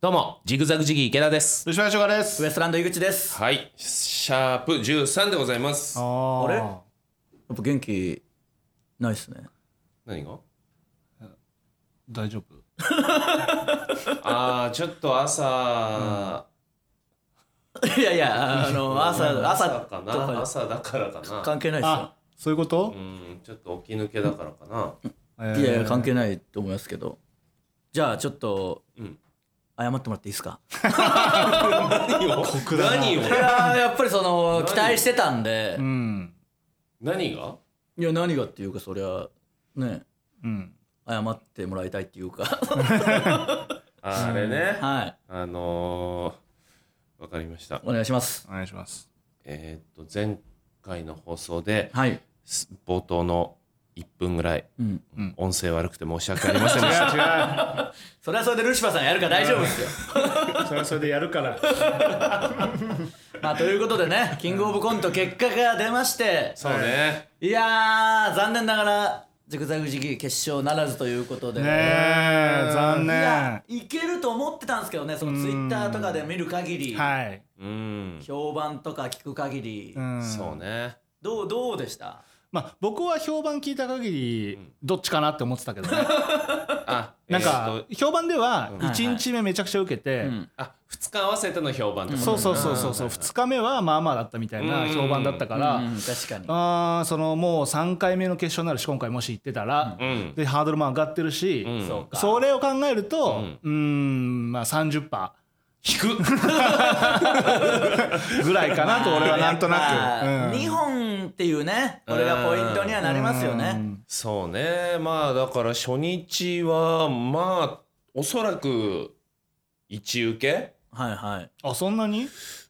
どうもジグザグジギー池田です吉村翔太ですウエストランド井口ですはいシャープ13でございますああれやっぱ元気ないっすね何が大丈夫あーちょっと朝、 いやいやあ の朝朝朝かとな朝だからかな関係ないっすよあそういうことう、んちょっと起き抜けだからかなえーいやいや関係ないと思いますけどじゃあちょっとうん謝ってもらっていいですか何をだな何をい ややっぱりその期待してたんでうん何がいや何がっていうかそりゃねうん謝ってもらいたいっていうかあれね、 はいあのー、わかりましたお願いしますお願いしますえーっと前回の放送ではいす冒頭の1分ぐらい、うんうん音声悪くて申し訳ありません違でう した違それはそれでルシファーさんやるから大丈夫ですようそれはそれでやるからまあということでねキングオブコント結果が出まして そうねいやー残念ながらジグザグジギー決勝ならずということでねえ残いや念いけると思ってたんですけどねそのツイッターとかで見る限り、はいうん評判とか聞く限り、うんそうねどうどうでしたまあ僕は評判聞いた限りどっちかなって思ってたけどねあなんえーかっと評判ではうん1日目めちゃくちゃ受けて、んあ2日合わせての評判ってことそうかそうなそうそうそう2日目はまあまあだったみたいな評判だったから、うん、確かにあーそのもう3回目の決勝になるし今回もし行ってたら、うんでハードルも上がってるし、うんそうかそれを考えるとんうーんまあ30%パ引くーぐらいかなと俺はなんとなく、うん2本っていうねこれがポイントにはなりますようねんそうねまあだから初日はまあおそらく一受けはいはいあそんなに、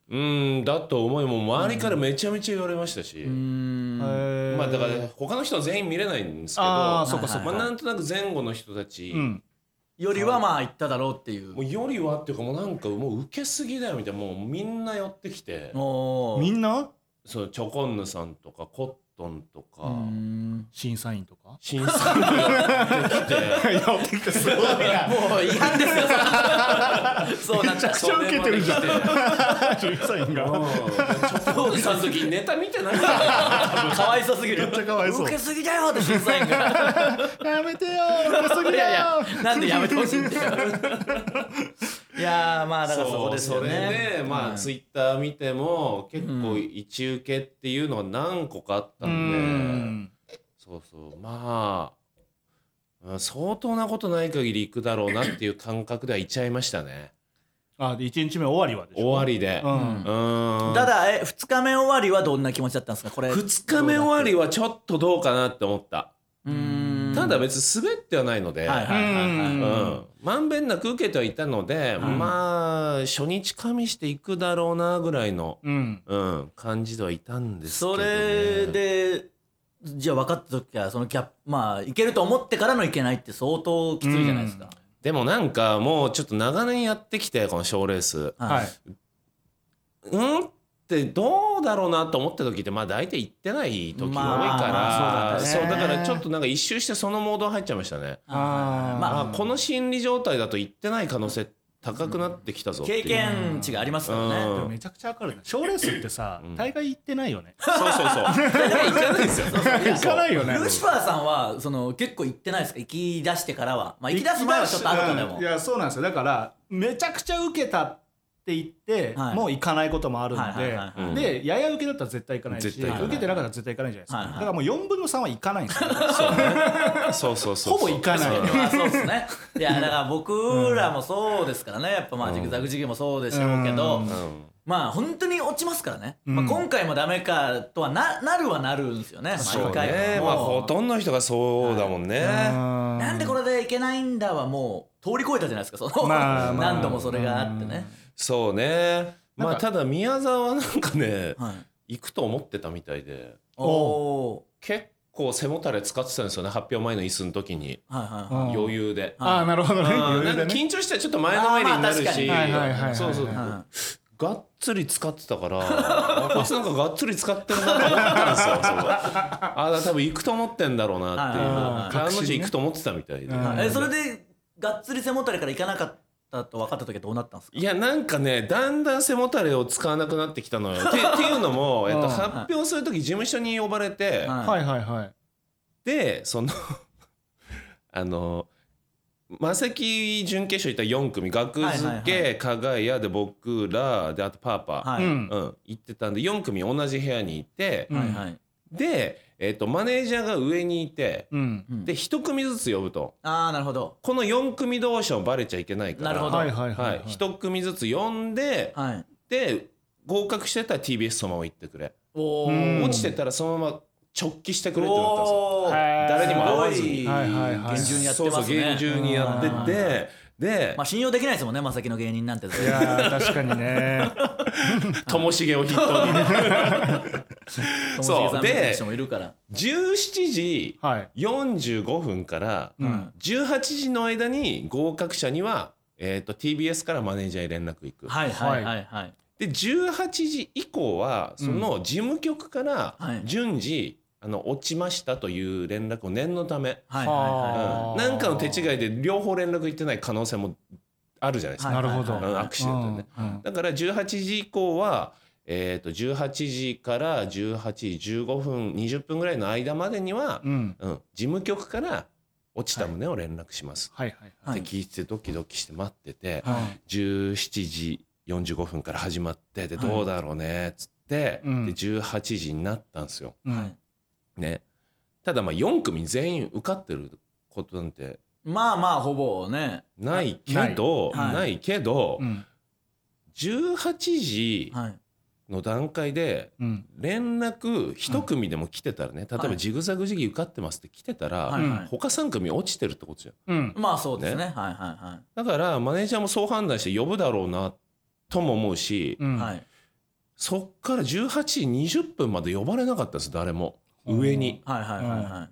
うんだと思いもう周りからめちゃめちゃ言われましたし、うーんえーまあだから他の人は全員見れないんですけどああそっかはいそはっいか、まあ、なんとなく前後の人たち、うんよりはまあいっただろうっていうもうよりはっていうかもうなんかもう受けすぎだよみたいなもうみんな寄ってきておーみんなそのチョコンヌさんとかコットンとうーかん審査員とか審査員が寄 ってきて。いやすごいなもう違反ですよそうなっちゃめちゃうくちゃ受けてるじゃんそれまで来審査 員がちょっとおじさんの時ネタ見てないからかわいそうすぎるめっちゃかわいそう受けすぎだよって審査員がやめてよー遅すぎいだよやいや なんでやめてほしいんだよ いやーまあだからそこですよねそれでまあツイッター見ても結構一受けっていうのが何個かあったうんでんそうそうまあうん相当なことない限り行くだろうなっていう感覚ではいっちゃいましたねあで1日目終わりはでし終ょわりでううんんたただえ2日目終わりはどんな気持ちだったんですかこれ2日目終わりはちょっとどうかなって思ったうーんただ別に滑ってはないのではいはいはいはい、ううんんまんべんなく受けてはいたので、うんまあ初日加味していくだろうなぐらいの、うんうん、感じではいたんですけど、そね、れでじゃあ分かった時はそのギャップまあいけると思ってからのいけないって相当きついじゃないですか、でもなんかもうちょっと長年やってきてこの賞レースはいうんってどうだろうなと思った時ってまあ大体行ってない時が多いから、まあまあそそううだだねからちょっとなんか一周してそのモード入っちゃいましたね、あーまああこの心理状態だと行ってない可能性高くなってきたぞっていう経験値がありますかうらね、んでもめちゃくちゃわかるな賞レースってさうん大会行ってないよねそうそうそう行かないですよ行かないよねルシファーさんはその結構行ってないですか行き出してからはまあ行き出す前はちょっとあったでもうんいやそうなんですよだからめちゃくちゃ受けたって言ってはいもう行かないこともあるはいはいはいはいんででやや受けだったら絶対行かないし絶対行かない受けてなかったら絶対行かないじゃないですはいかはいだからもう4分の3は行かないん ですよそうそうそうそうほぼ行かないまあそうですね。いやだから僕らもそうですからね。やっぱまあジグザグジギーもそうでしょうけど、うんうんまあ本当に落ちますからね。うんまあ今回もダメかとはななるはなるんですよね。そう毎回ねもまあほとんどの人がそうだもんね、なんでこれれでいけないんだはもう通り越えたじゃないですか。その、まあまあ何度もそれがあってね。そうねまなあんかただ宮沢はなんかねはい。行くと思ってたみたいでおお結構背もたれ使ってたんですよね発表前の椅子の時にー。はいはいはい。余裕で。はいああなるほどねうんなん余裕かでね緊張したらちょっと前のめりになるし、あーまあ確かにはいはいはいそうそう、はいはがっつり使ってたからあこいつなんかがっつり使ってるなと思ったんですよそうああ多分行くと思ってんだろうなっていう、はいはいはい彼女行くと思ってたみたいで、うんいえそれでがっつり背もたれからいかなかっったと分かった時はどうなったんですかいやなんかねだんだん背もたれを使わなくなってきたのよ。てっていうのも、えっうんと、発表する時事務所に呼ばれて、ははいいはいはいでその あのマセキ準決勝行った4組学はい付はいはけ加賀屋で僕らであとパーパー、はういんうん、行ってたんで4組同じ部屋にいて、うんはいはいで、えっとマネージャーが上にいてうんうんで1組ずつ呼ぶとああなるほどこの4組同士はバレちゃいけないからなるほどはいはいははいい、1組ずつ呼んではいで合格してたら TBS そのまま行ってくれ、おうん落ちてたらそのまま直帰してくれって言われたんですよ。おーへー誰にも会わずすごにいはいはいはい厳重にやってそますねうそう厳重にやっててでまあ信用できないですもんねまさきの芸人なんていやー確かにねともしげを筆頭にともしげさんみたいなで人もいるから17時はい45分からうんうん18時の間に合格者には、えー、と TBS からマネージャーへ連絡行くはいはいはいはいで18時以降はその事務局からはい順次、あの落ちましたという連絡を念のため、はいはいはいあー何かの手違いで両方連絡行ってない可能性もあるじゃないですか、なるほどはいはいうんはいアクシデントでね。うんうんだから18時以降は、えー、と18時から18時15分20分ぐらいの間までには、うんうん事務局から落ちた旨を連絡します、はいはいはいって聞いてドキドキして待ってて、はい17時45分から始まってではいどうだろうねっつって、うんで18時になったんですよ。うんはいね、ただまあ4組全員受かってることなんてまあまあほぼねないけどないはないいけど、うん18時はいの段階でうん連絡一組でも来てたらね、例えはばいジグザグジギー受かってますって来てたら、はいはい他3組落ちてるってことじゃんうんまあそうですねはいはだからマネージャーもそう判断して呼ぶだろうなとも思うし、ういんはいはいそっから18時20分まで呼ばれなかったんです誰もうん上に、っはいはいはいはい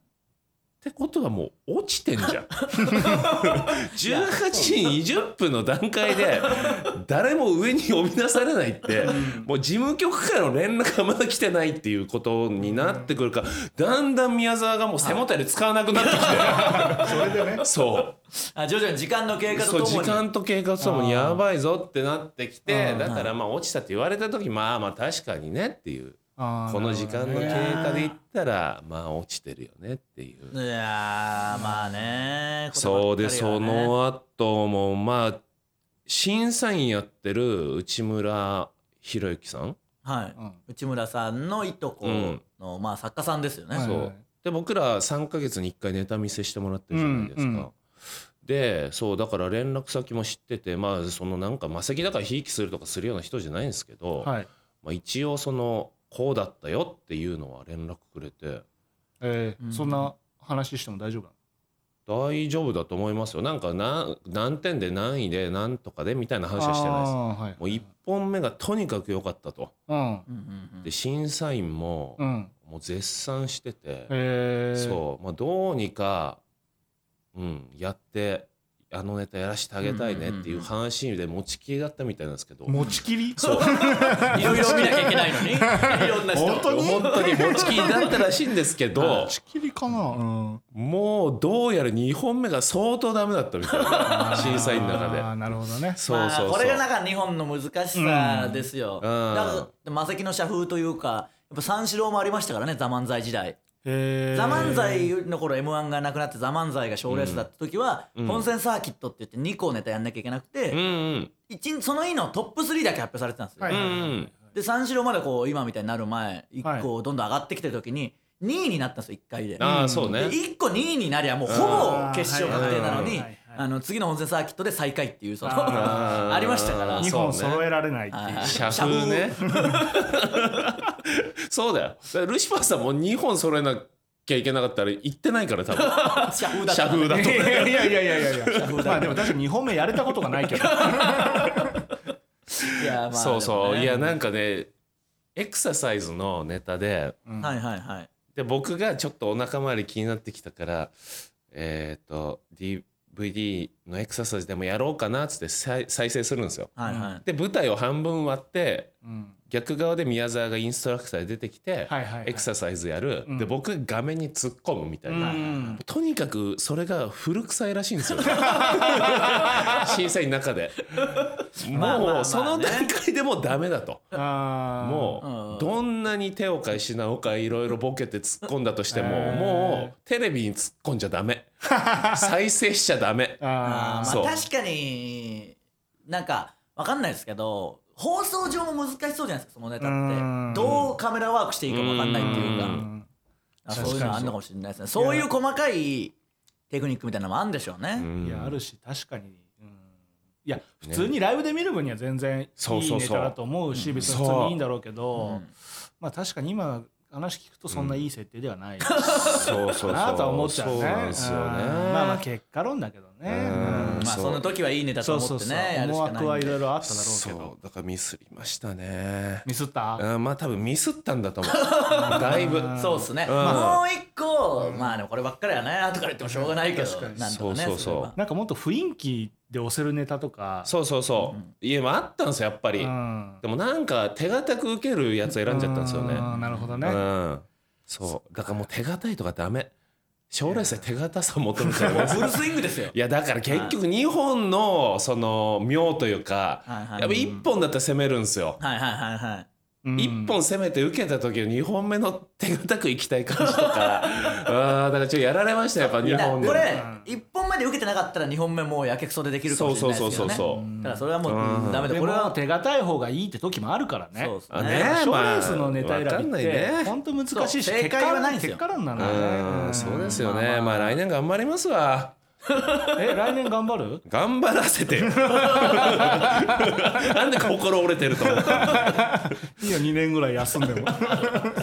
てことはもう落ちてんじゃん 18時20分の段階で誰も上に呼び出されないってもう事務局からの連絡がまだ来てないっていうことになってくるからだんだん宮沢がもう背もたれ使わなくなってきてそれでねそうあ徐々に時間の経過とそうと時もに間と経過とともにあーやばいぞってなってきうてんだからまあ落ちたって言われた時まあまあ確かにねっていうあーこの時間の経なるほどね過で言ったらまあ落ちてるよねっていう。いやーまあねそうでことばそっかりはねの後もまあ審査員やってる内村博之さんはいうん内村さんのいとこの、まあ作家さんですよね、はいそうで僕ら3ヶ月に1回ネタ見せしてもらってるじゃないですか。うんうんでそうだから連絡先も知っててまあそのなんか魔石だからひいきするとかするような人じゃないんですけど、はいまあ、一応そのこうだったよっていうのは連絡くれてえうんーそんな話しても大丈夫なの大丈夫だと思いますよなんかな何点で何位で何とかでみたいな話はしてないですあーはいもう1本目がとにかく良かったとうんうんうんうでん、審査員もうんもう絶賛してて、えーそう、まあ、どうにか、うん、やってあのネタやらせてあげたいねっていう話で持ちきりだったみたいなんですけど、持ちきりそういろいろ見なきゃいけ ないのにいろんな人本当に本当に持ちきりだったらしいんですけど 持ちきりかなうんもうどうやら2本目が相当ダメだったみたいな審査員の中であーなるほどねそうそうそう、まあ、これがなんか日本の難しさですよ、うんだから魔石の社風というかやっぱ三四郎もありましたからね「ザ漫才時代えーザ漫才の頃 m 1がなくなって「ザ漫才が賞レースだった時は、うん本戦サーキットって言って2個ネタやんなきゃいけなくうんて、うん一その日のトップ3だけ発表されてたんですよ、はいうんうんで三四郎までこう今みたいになる前1個どんどん上がってきてる時に2位になったんですよ1回で。ああそうねで1個2位になりゃもうほぼ決勝確定なのにあの次の本戦サーキットで最下位っていうそのあーありましたからあ日そう本ね揃えられないってはいいう社風ね そうだよだからルシファーさんも2本揃えなきゃいけなかったら行ってないから多分社風だった社風だといやいやいやいやいや いや風だまあでも確かに2本目やれたことがないけ どいやまあそうそう、でもねいやなんかねエクササイズのネタではいはいはいで僕がちょっとお腹周り気になってきたからえっ、と DVD のエクササイズでもやろうかなっつって再再生するんですよはいはいで舞台を半分割ってうん逆側で宮沢がインストラクターで出てきて、はいはいはいエクササイズやる、うんで僕画面に突っ込むみたいな、うんとにかくそれが古臭いらしいん ですよ審査員の中でまあまあまあもねうその段階でもうダメだと。あーもうんうどんなに手をか品をかいろいろボケて突っ込んだとしてもうんもうテレビに突っ込んじゃダ メ再生しちゃダメああーーそうまあ確かになんかわかんないですけど放送上も難しそうじゃないですかそのネタうんってどうカメラワークしていいかわかんないっていううかんあ確かそにういうのあんのかもしれないですねそういう細かいテクニックみたいなのもあるんでしょううね、んいやあるし確かに、うん、いや普通にライブで見る分には全然そいういそうネそうタだと思うし別に普通にいいんだろうけどうんまあ確かに今話聞くとそんないい設定ではないそうそうそうなとは思っちゃうそねうなんですよねうんまあまあ結果論だけどねうんうんまあそうその時はいいネタとそう思そうってそうねやるし思か惑なはいいんろでいろあっただろうけそどうだからミスりましたねミスったうんまあ多分ミスったんだと 思うだいぶそうですね、うんもう一個まあでもこればっかりはね後から言ってもしょうがないけど、確かになんとかねそうそうそうれはなんかもっと雰囲気で押せるネタとかそうそうそういやまああったんですよやっぱりうんでもなんか手堅く受けるやつ選んじゃったんですよねうんなるほどねうん、そうだからもう手堅いとかダメ将来性手堅さ求めちゃうフルスイングですよいやだから結局日本のその妙というかはいはいやっぱ一本だったら攻めるんですよはいはいはいはいうん一本攻めて受けた時の2本目の手堅くいきたい感じと かあーだからちょっとやられましたやっぱ日だ本でこれ一本目で受けてなかったら二本目もうやけくそでできるかそもうしれそなういそでうすそうよねそだからそれはもううんダメだでこもれは手堅い方がいいって時もあるからねそうですあねね賞レースのネタまあわか選んびっないてね本当難しいしそう正解はないんですよ結果論なんだうねんそうですよよね、まあまあまあ来年頑張りますわえ来年頑張る頑張らせて よなんで心折れてると思ういいよ2年ぐらい休んでも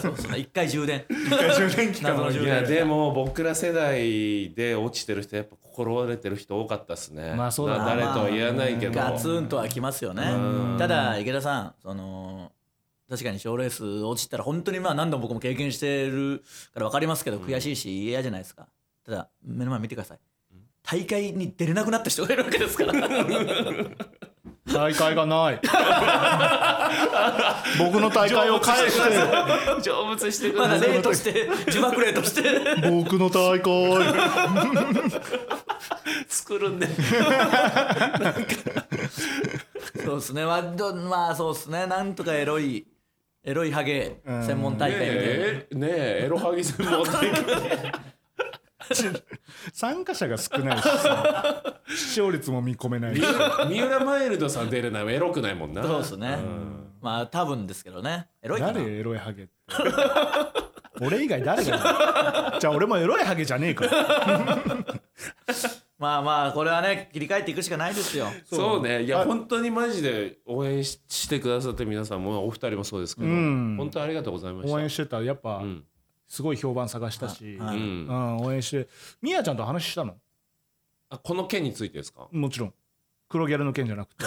そうそう一回充電10年期間謎のいやでも僕ら世代で落ちてる人やっぱ心折れてる人多かったっすねまあそうだなな誰とは言わないけどガツンとはきますよねうんただ池田さんその確かに賞レース落ちたら本当にまあ何度も僕も経験してるから分かりますけど悔しいし嫌じゃないですかただ目の前見てください大会に出れなくなった人がいるわけですから 大会がない 僕の大会を返して成仏してくまだださい例として呪縛例として僕の大会作るんでそうですねまあどまあそうですねなんとかエロいエロいハゲ専門大会で、ねえねえエロハギ専 門大会参加者が少ないしさ視聴率も見込めないし三浦マイルドさん出れないエロくないもんなそうですねまあ多分ですけどねエロいかな誰エロいハゲって俺以外誰がいるじゃあ俺もエロいハゲじゃねえからまあまあこれはね切り替えていくしかないですよそうねいやあ本当にマジで応援ししてくださって皆さんもお二人もそうですけどうん本当ありがとうございました応援してたらやっぱうんすごい評判探したし、はういんうん、応援してみやちゃんと話したのあこの件についてですかもちろん黒ギャルの件じゃな くて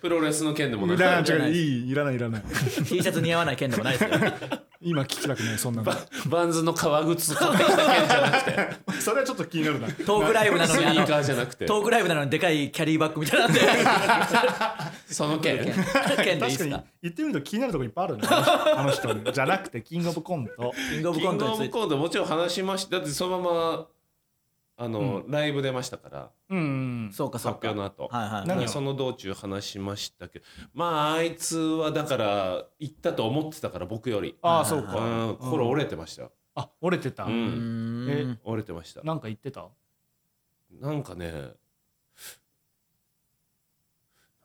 プロレスの件でもないくらないじゃ違なういいいいらないいらない T シャツ似合わない件でもないですけど今聞きたくないそんな のバンズの革靴買ってきた件じゃなくてそれはちょっと気になるなトークライブなのスニにあーのカーじゃなくてトークライブなのにでかいキャリーバッグみたいなんでその件件でいい確でかすにか言ってみると気になるとこいっぱいあるねあの 人あの人ねじゃなくてキングオブコントキングオブキコンングトオにつブいてコントもちろん話しましただってそのままあの、ライブ出ましたからうんそうか発そうか表の後、はいはいなんかその道中話しましたけどまああいつはだから行ったと思ってたから僕よりああそううかん心折れてましたよあ折れてた、ううんーんえ折れてましたなんか言ってたなんかね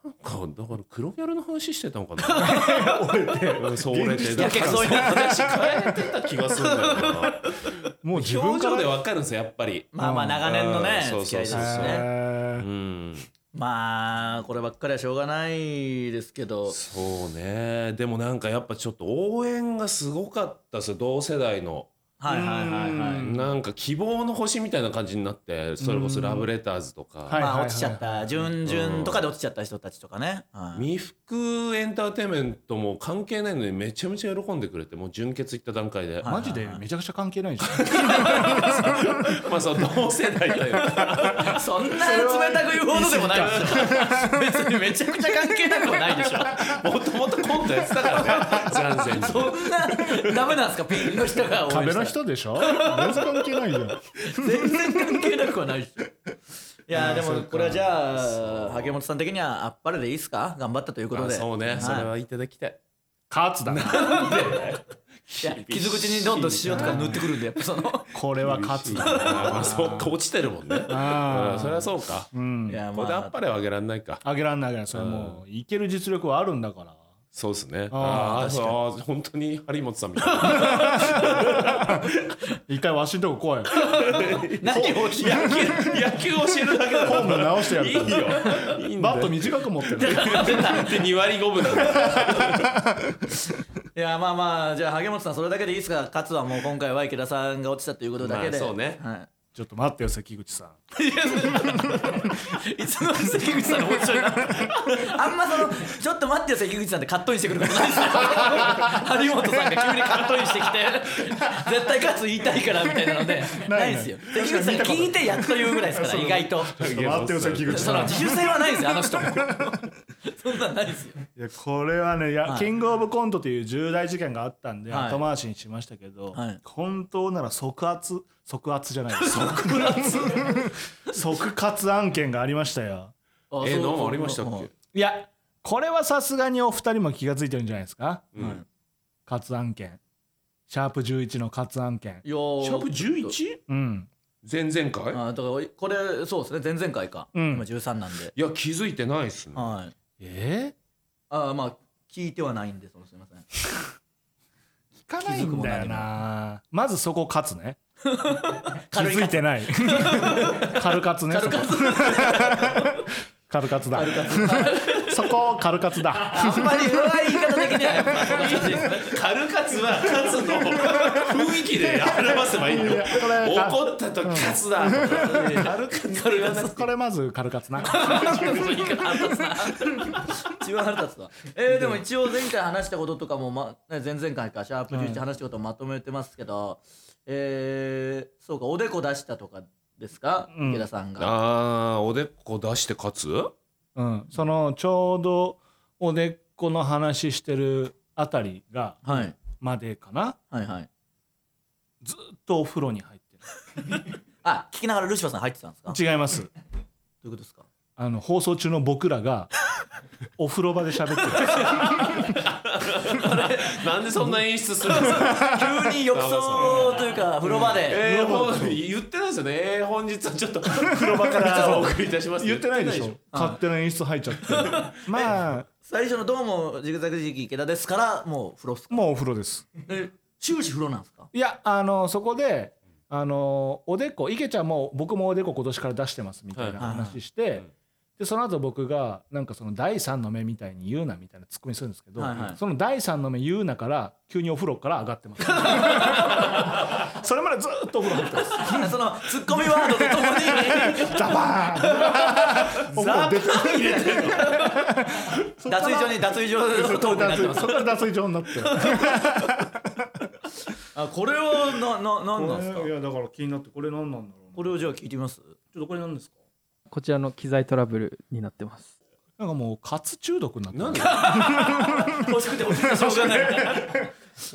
なんかだから黒ギャルの話してたのかな折れてうんそう折れてだやけかくらそいな話変えてた気がするんだよなもう自分表か情らでわかるんですよやっぱりまあまあ長年のねうん付き合いですしそうそうそうねえうーんまあこればっかりはしょうがないですけどそうねでもなんかやっぱちょっと応援がすごかったですよ同世代のはいはいはいはいうんなんか希望の星みたいな感じになってそれこそ「ラブレターズ」とか、いはいまはいあ落ちちゃった準々とかで落ちちゃった人たちとかね、はい未服エンターテインメントも関係ないのにめちゃめちゃ喜んでくれてもう純潔いった段階で、いマジでめちゃくちゃ関係ないじ ゃんまあその同世代だよそんな冷たく言うほどでもないですよ別にめちゃくちゃ関係なくはないでしょもともとコントやってたからね残念にそんなダメなんですかピンの人が応援したら壁の人でしょ全然関係ないじゃん全然関係なくはないでしょいやーでそもうかこれはじゃあ萩本さん的にはあっぱれでいいですか頑張ったということあでそうね、はいそれはいただきたい勝つだないや傷口にどんどん塩とか塗ってくるんでやっぱそのこれは勝つ だあまあそうか落ちてるもんねあうーんそれはそうかうん いやこれであっぱれはあげられないかあげらんないあげらんないそれもういける実力はあるんだからそうですねああーあーそう本当に張本さんみたいな 一回わしんとこ来い何をしや野球教えるだけフォーム直してやいるいかよらいいんだよバット短く持ってるで2割5分なんだいやまあまあじゃあ萩本さんそれだけでいいですか勝はもう今回は池田さんが落ちたということだけで、まあそうねはちょっと待ってよ関口さんい、いつの間に関口さんの面白いなあんまそのちょっと待ってよ関口さんってカットインしてくることないですよ萩本さんが急にカットインしてき て絶対勝言いたいからみたいなのでないないですよ関口さん聞いてやっと言うぐらいですから意外とちょっと待ってよ関口そさのん自主性はないですよあの人もそんなんないですよいやこれはねいや、はいキングオブコントという重大事件があったんで、はい後回しにしましたけど、はい本当なら即圧即圧じゃない 即圧即活案件がありましたよあえそうなんかありましたっけいやこれはさすがにお二人も気が付いてるんじゃないですかうん活案件シャープ11の活案件いやーシャープ 11? うん前々回あーだからこれそうですね前々回か、うん今13なんでいや気づいてないっすねはいえああまあ聞いてはないんでそのすみません。ー、聞かないんだよ気づくも何なまずそこ勝つ ね気軽いづいて ない軽勝ね軽そこ軽勝だあるかつそこ軽勝だあんまりうまい言い方的にはやっ ぱそんな感じですねカルカツはカツの雰囲気で表せばいいいのやこれか怒ったとカツだとか軽かつ軽かつこれまず軽勝な言い方腹立つな一番腹立つわえー、でも一応前回話したこととかも、まね、前々回かシャープ11話したことをまとめてますけど、えー、そうかおでこ出したとかですか、うん池田さんがあーおでこ出してカツうんそのちょうどおでっこの話してるあたりがはいまでかなはいはいとお風呂に入ってあ聞きながらルシファーさん入ってたんですかどる違いますういうことですかあの放送中の僕らがお風呂場で喋ってるなんでそんな演出するんですか急に浴槽というか風呂場で、えー、もう言ってないですよね、えー、本日はちょっと風呂場からお送りいたします言ってないでしょ勝手な演出入っちゃってまあ最初の「どうもジグザグジギー池田です」からもう風呂っすかもうお風呂ですえ終始風呂なんですかいやあのそこであのおでこ池ちゃんも僕もおでこ今年から出してますみたいな話して、うんでその後僕がなんかその第三の目みたいに言うなみたいなツッコミするんですけど、はいはいその第三の目言うなから急にお風呂から上が ってますそれまでずっとお風呂入ってます そのツッコミワードとともにザバーンお風呂出て 脱衣所に脱衣所のトークになってますそこから脱衣所になってるあこれはなななんなんですかやだから気になってこれ何なんだろうこれをじゃあ聞いてみますちょっとこれ何 ですかこちらの機材トラブルになってます。なんかもうカツ中毒になってなんで欲しくて欲しくてしょうがないる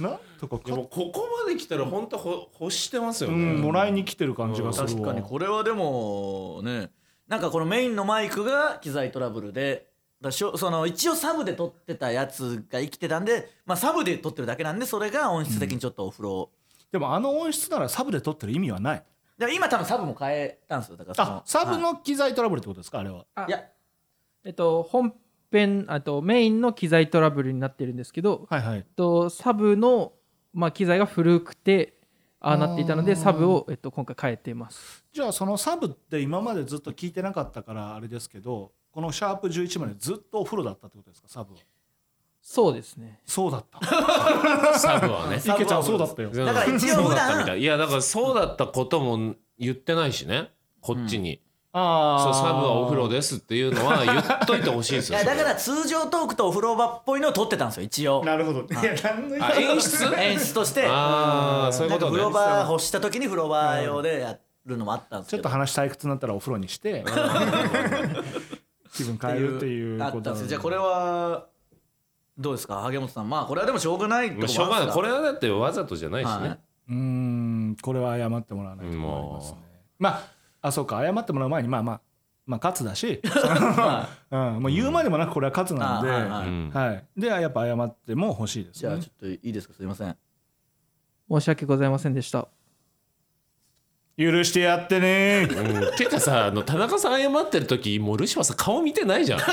なとかでもここまで来たら本当ほ欲してますようね、んもらいに来てる感じがするわ確かにこれはでもねなんかこのメインのマイクが機材トラブルでだしょその一応サブで撮ってたやつが生きてたんで、まあ、サブで撮ってるだけなんでそれが音質的にちょっとお風呂を、でもあの音質ならサブで撮ってる意味はないで今多分サブも変えたんですよだからそのあサブの機材トラブルってことですかあれははいいやえっと、本編、あとメインの機材トラブルになってるんですけど、はいはいえっと、サブの、まあ、機材が古くて、ああなっていたのあーで、サブを、えっと、今回変えています。じゃあそのサブって今までずっと聞いてなかったからあれですけどこのシャープ11までずっとお風呂だったってことですかサブはそうですね。そうだった。 サブ はねいけちゃんそうだったよ。だから一応そう普段だったみたいいやだからそうだったことも言ってないしねこっちに、あそうサブはお風呂ですっていうのは言っといてほしいんでいすよやだかそら通常トークとお風呂場っぽいのを撮ってたんですよ一応なるほど。いや、何のれ意味あ演 出 演出としてなんああそういうかこ風と呂ね場干した時に風呂場用でやるのもあったんですちけょっとど話退屈になったらお風呂にして、気分変えるっていうあこったとんですよじゃあなこれはどうですか萩本さんまあこれはでもしょうがないってまこあとしょうがないこれれはだってわざとじゃないしね、はいうーん、これは謝ってもらわないと困りますねも。まあ、あ、そうか、謝ってもらう前に、まあまあ、まあ、勝つだ し、まあうん、もう言うまでもなくこれは勝つなんで、あはいはういんはい。で、やっぱ謝っても欲しいですじゃあねちょ。っといいですかすいません申し訳ございませんでした。許してやってねー。うんてかさあの田中さん謝ってる時もうルシファーさん顔見て ないじゃん田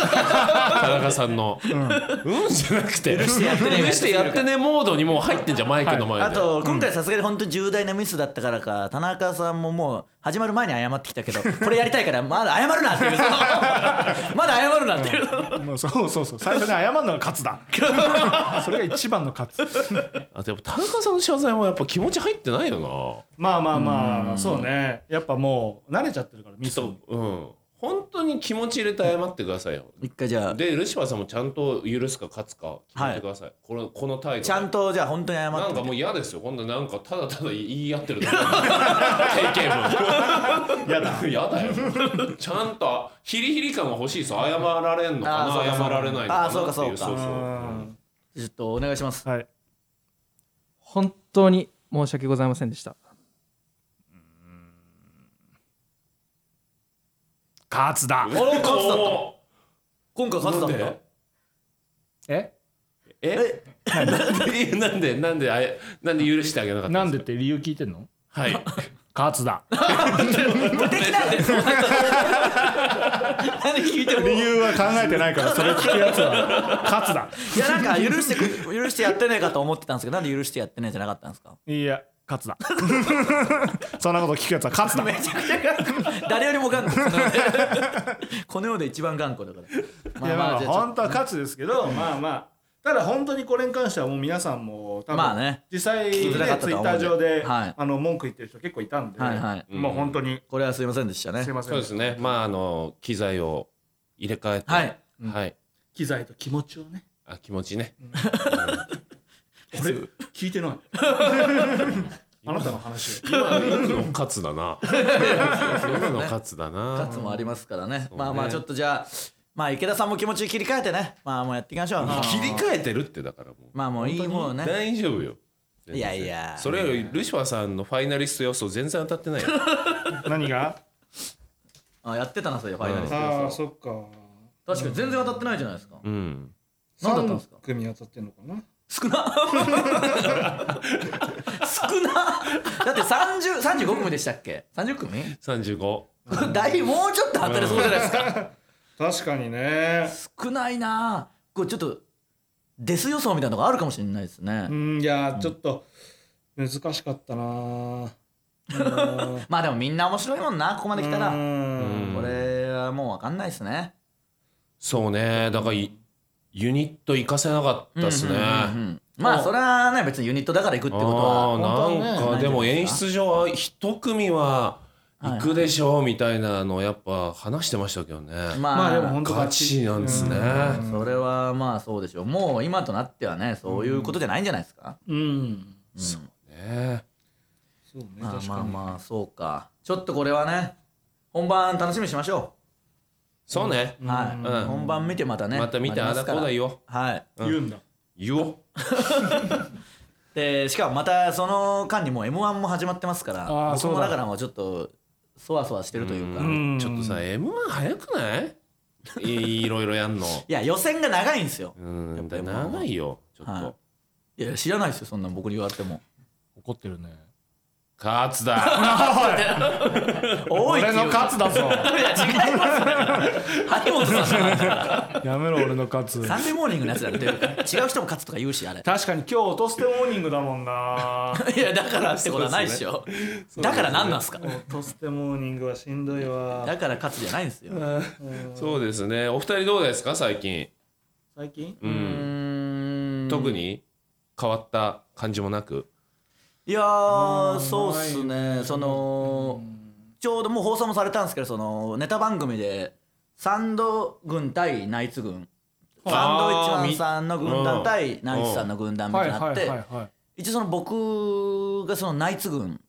中さんのうん、じゃなくて許してやってねやってねモードにもう入ってんじゃんマイクの前で、あと今回さすがに本当に重大なミスだったからか田中さんももう始まる前に謝ってきた けどこれやりたいからまだ謝るなっていう まだ謝るなっていうもうそうそうそう、最初に謝るのが勝つ だ。それが一番の勝つ。あとやっぱ田中さんの謝罪もやっぱ気持ち入ってないよなまあまあまあ、そうね。やっぱもう慣れちゃってるから、ミスちにょっとうん本当に気持ち入れて謝ってくださいよ一回じゃあでルシファーさんもちゃんと許すか勝つか決めてください、このこの態度ちゃんとじゃあ本当に謝なんってかみもてう嫌ですよ今度なんかただただ言い合ってるだけ 定型文やだ。やだよ。ちゃんとヒリヒリ感が欲しいです。謝られんのかあーそうな、かそうか謝られないのかなっていう。あーそうかそうかそうそうちょっとお願いしますはい。本当に申し訳ございませんでした。勝つだ。うん勝つだった今回勝つだなんったでええなんで なんであれなんで許してあげなかったなんででって理由聞いてんのすかはい勝つだ。できたんですよ何聞いても理由は考えてないから、それ聞くやつは勝つだ。いやなんか許してく許してやってねえかと思ってたんですけどなんで許してやってねえじゃなかったんですかいや、勝つだ。 そんなこと聞くやつは勝つ だ。誰よりも頑固この世でこの世で一番頑固だからいやまあじゃちょっと本当は勝つですけど、まあまあただ本当にこれに関してはもう皆さんも多分、まあね実際ねツイきづらかったとはッ思タうんーで上で、はいあの文句言ってる人結構いたんで、はいはいもう本当にこれはすいませんでしたねすいません そうですねまああの機材を入れ替えてはいはい機材と気持ちをねあ気持ちねこれ聞いてないあなたの話今の勝つだな今の勝つだな勝つもありますからねうんまあまあちょっとじゃあまあ池田さんも気持ち切り替えてねまあもうやっていきましょう切り替えてるってだからもうまあもういい方ね大丈夫よ全然いやいやそれよりルシファーさんのファイナリスト予想全然当たってないよ何があやってたなそれファイナリスト予ああ想そっか確かに全然当たってないじゃないですかうん何だったんですか三組当たってんのかな少な少なだって30 35組でしたっけ30組35だいぶもうちょっと当たりそうじゃないですか確かにね少ないなこれちょっとデス予想みたいなのがあるかもしれないですねうんいやーちょっと難しかったなーうんまあでもみんな面白いもんなここまで来たらうんんこれはもう分かんないですねそうねだからいユニット行かせなかったっすね、うんうんうんまあそれはね別にユニットだから行くってことあはあーなんはかねでも演出上は一組は行くでしょうみたいなのをやっぱ話してましたけどね、まあ、まあでも本当ガチなんですね、それはまあそうでしょうもう今となってはねそういうことじゃないんじゃないですか、うん。ねそうね、まあ確まかあに。まあそうかちょっとこれはね本番楽しみにしましょそうね、う、はい、うん本番見てまたねまた見てありだすかこらうだ言おうはい言うんだ。言おうでしかもまたその間にもう m 1も始まってますからあー僕そうもだだからもうちょっとそわそわしてるというか、いちょっとさ m 1早くないいいろいろやんのや予選が長いんですよ、うんぱで M1 は長いよちょっと、はいいや知らないですよそんなん僕に言われても怒ってるね。勝つだ俺の多いっていう勝かつだぞ。いや違いますね萩本さんなん だやめろ、俺の勝つ。サンデーモーニングのやつだって違う人も勝つとか言うしあれ確かに今日落としてモーニングだもんな。 いやだからってことはないでしょだから何なんすか落としてモーニングはしんどいわ。だから勝つじゃないんですよそうですねお二人どうですか最近最近うーん特に変わった感じもなくいやうーんそうっすねそのちょうどもう放送もされたんですけどそのネタ番組でサンド軍対ナイツ軍サンドウィッチマンさんの軍団対ナイツさんの軍団みたいになっては一応その僕がそのナイツ軍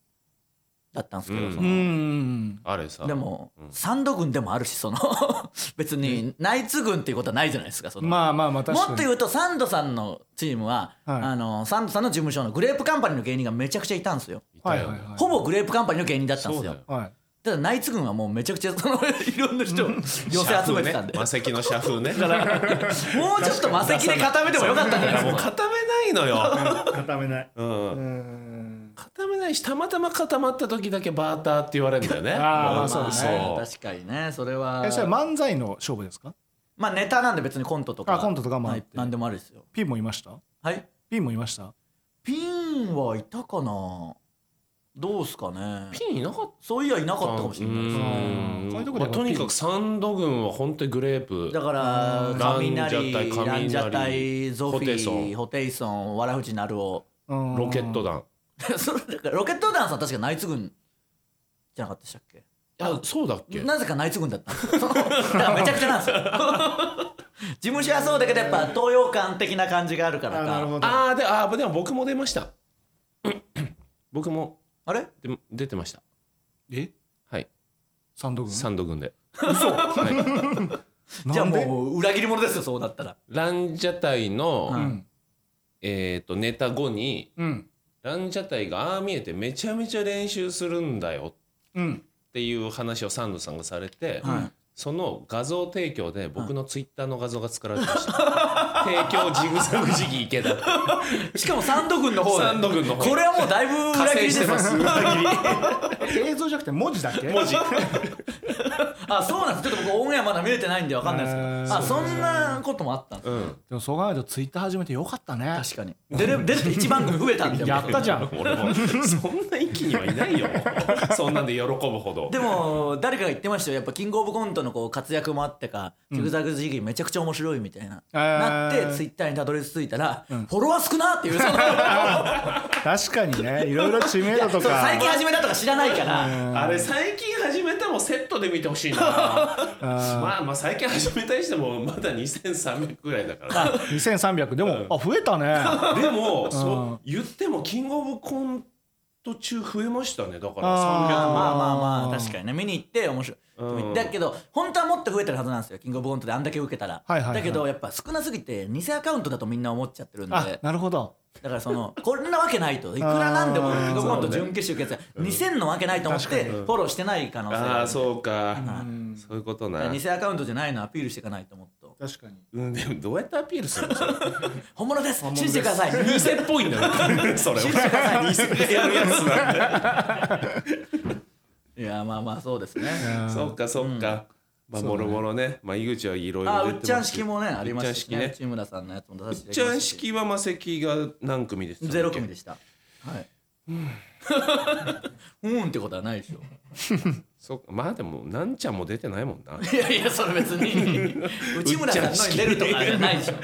だったんですけうどんそい。うのん。あれさでもうんサンド軍でもあるしその 別にナイツ軍っていうことはないじゃないですかそのまあまあまあ確もかっに。と言うとサンドさんのチームは、はいあのサンドさんの事務所のグレープカンパニーの芸人がめちゃくちゃいたんですよ、いはたいよはいねはい。ほぼグレープカンパニーの芸人だったんでそうすだよよはい。ただナイツ軍はもうめちゃくちゃそのいろんな人を寄せ集めてたん社風ねで、魔石の社風ね だだから もうちょっと魔石で固めてもよかったんじゃないもでうすか固めないの よ、固めない。うんうん。固めないしたまたま固まった時だけバーターって言われるんだよねあーまあんそうですねそう確かにねそれはえそれは漫才の勝負ですか？まあネタなんで別にコントとかあコントとかもあってはい何でもあるですよピンもいました？はいピンもいました？ピンはいたかなどうすかねピンいなかっそういやいなかったかもしれないですうねんそういうとこまであとにかくサンド軍は本当にグレープだからうん雷ラランジャタインジャタイゾフホテイソィーンホテイソンわらふじなるおうんロケット。団それだからロケット団さん確かナイツ軍じゃなかったでしたっけあそうだっけなぜかナイツ軍だったんですよだからめちゃくちゃなんですよ事務所はそうだけどやっぱ東洋館的な感じがあるかあらなるほかど。あーであーでも僕も出ました 僕もあれで出てましたえ？はいサンド軍。サンド軍でなんでじゃあもう裏切り者ですよそうだったらランジャタイの、ううん。えっ、とネタ後にうん。ランジャタイがああ見えてめちゃめちゃ練習するんだようん。っていう話をサンドさんがされて、はいその画像提供で僕のツイッターの画像が作られてました、 提供ジグザグ時期池田しかもサンド軍の方でサンド軍の方これはもうだいぶ裏加切り勢でしすてよます映像じゃなくて文字だけ？文字 あそうなんですちょっと僕オンエアまだ見れてないんでわかんないですへけどーあそんなこともあったんですうねんでもそう考えるとツイッター始めてよかったね。確かに出る出るって一番組増えたんでやったじゃん。俺もそんな一気にはいないよそんなんで喜ぶほどでも誰かが言ってましたよやっぱキングオブコントのこう活躍もあってかジグザグジギーめちゃくちゃ面白いみたいな、えーなってツイッターにたどり着いたら、フォロワー少なっていう その確かにね。いろいろ知名度とそうか最。近始めたとか知らないからあれ最近始めたもセットで見てほしいなまあまあ最近始めたにしてもまだ2300ぐらいだから2300でもあ増えたね。でも、 そう言ってもキングオブコント中増えましたねだから300あーまあ万まあまあまうあん確かにね見に行って面白い、うんだけど本当はもっと増えてるはずなんですよキングオブコントであんだけ受けたら、はいはいはいだけどやっぱ少なすぎて偽アカウントだとみんな思っちゃってるんであなるほど。だからそのこんなわけないといくらなんでもあーキングオブコント準決勝受けたら2000のわけないと思ってフォローしてない可能性があああるそうかうんそういうことだかなら偽アカウントじゃないのをアピールしていかないともっと確かに。うんでもどうやってアピールするの それ本物です信じてください偽っぽいんだよ それ偽でやるやつなんだいやまあまあそうですねそうかそうか、まあもろもろねまあ井口はいろいろあう言ってちゃまんす式けどもねありましたしうっちゃんね式内村さんのやつも出させてういっちただゃんきましたし式は魔石が何組でしたゼロ組でしたはいうんってことはないでしょそっかまあでもなんちゃんも出てないもんな いやいやそれ別に 内村さんのに出るとかじゃないでしょ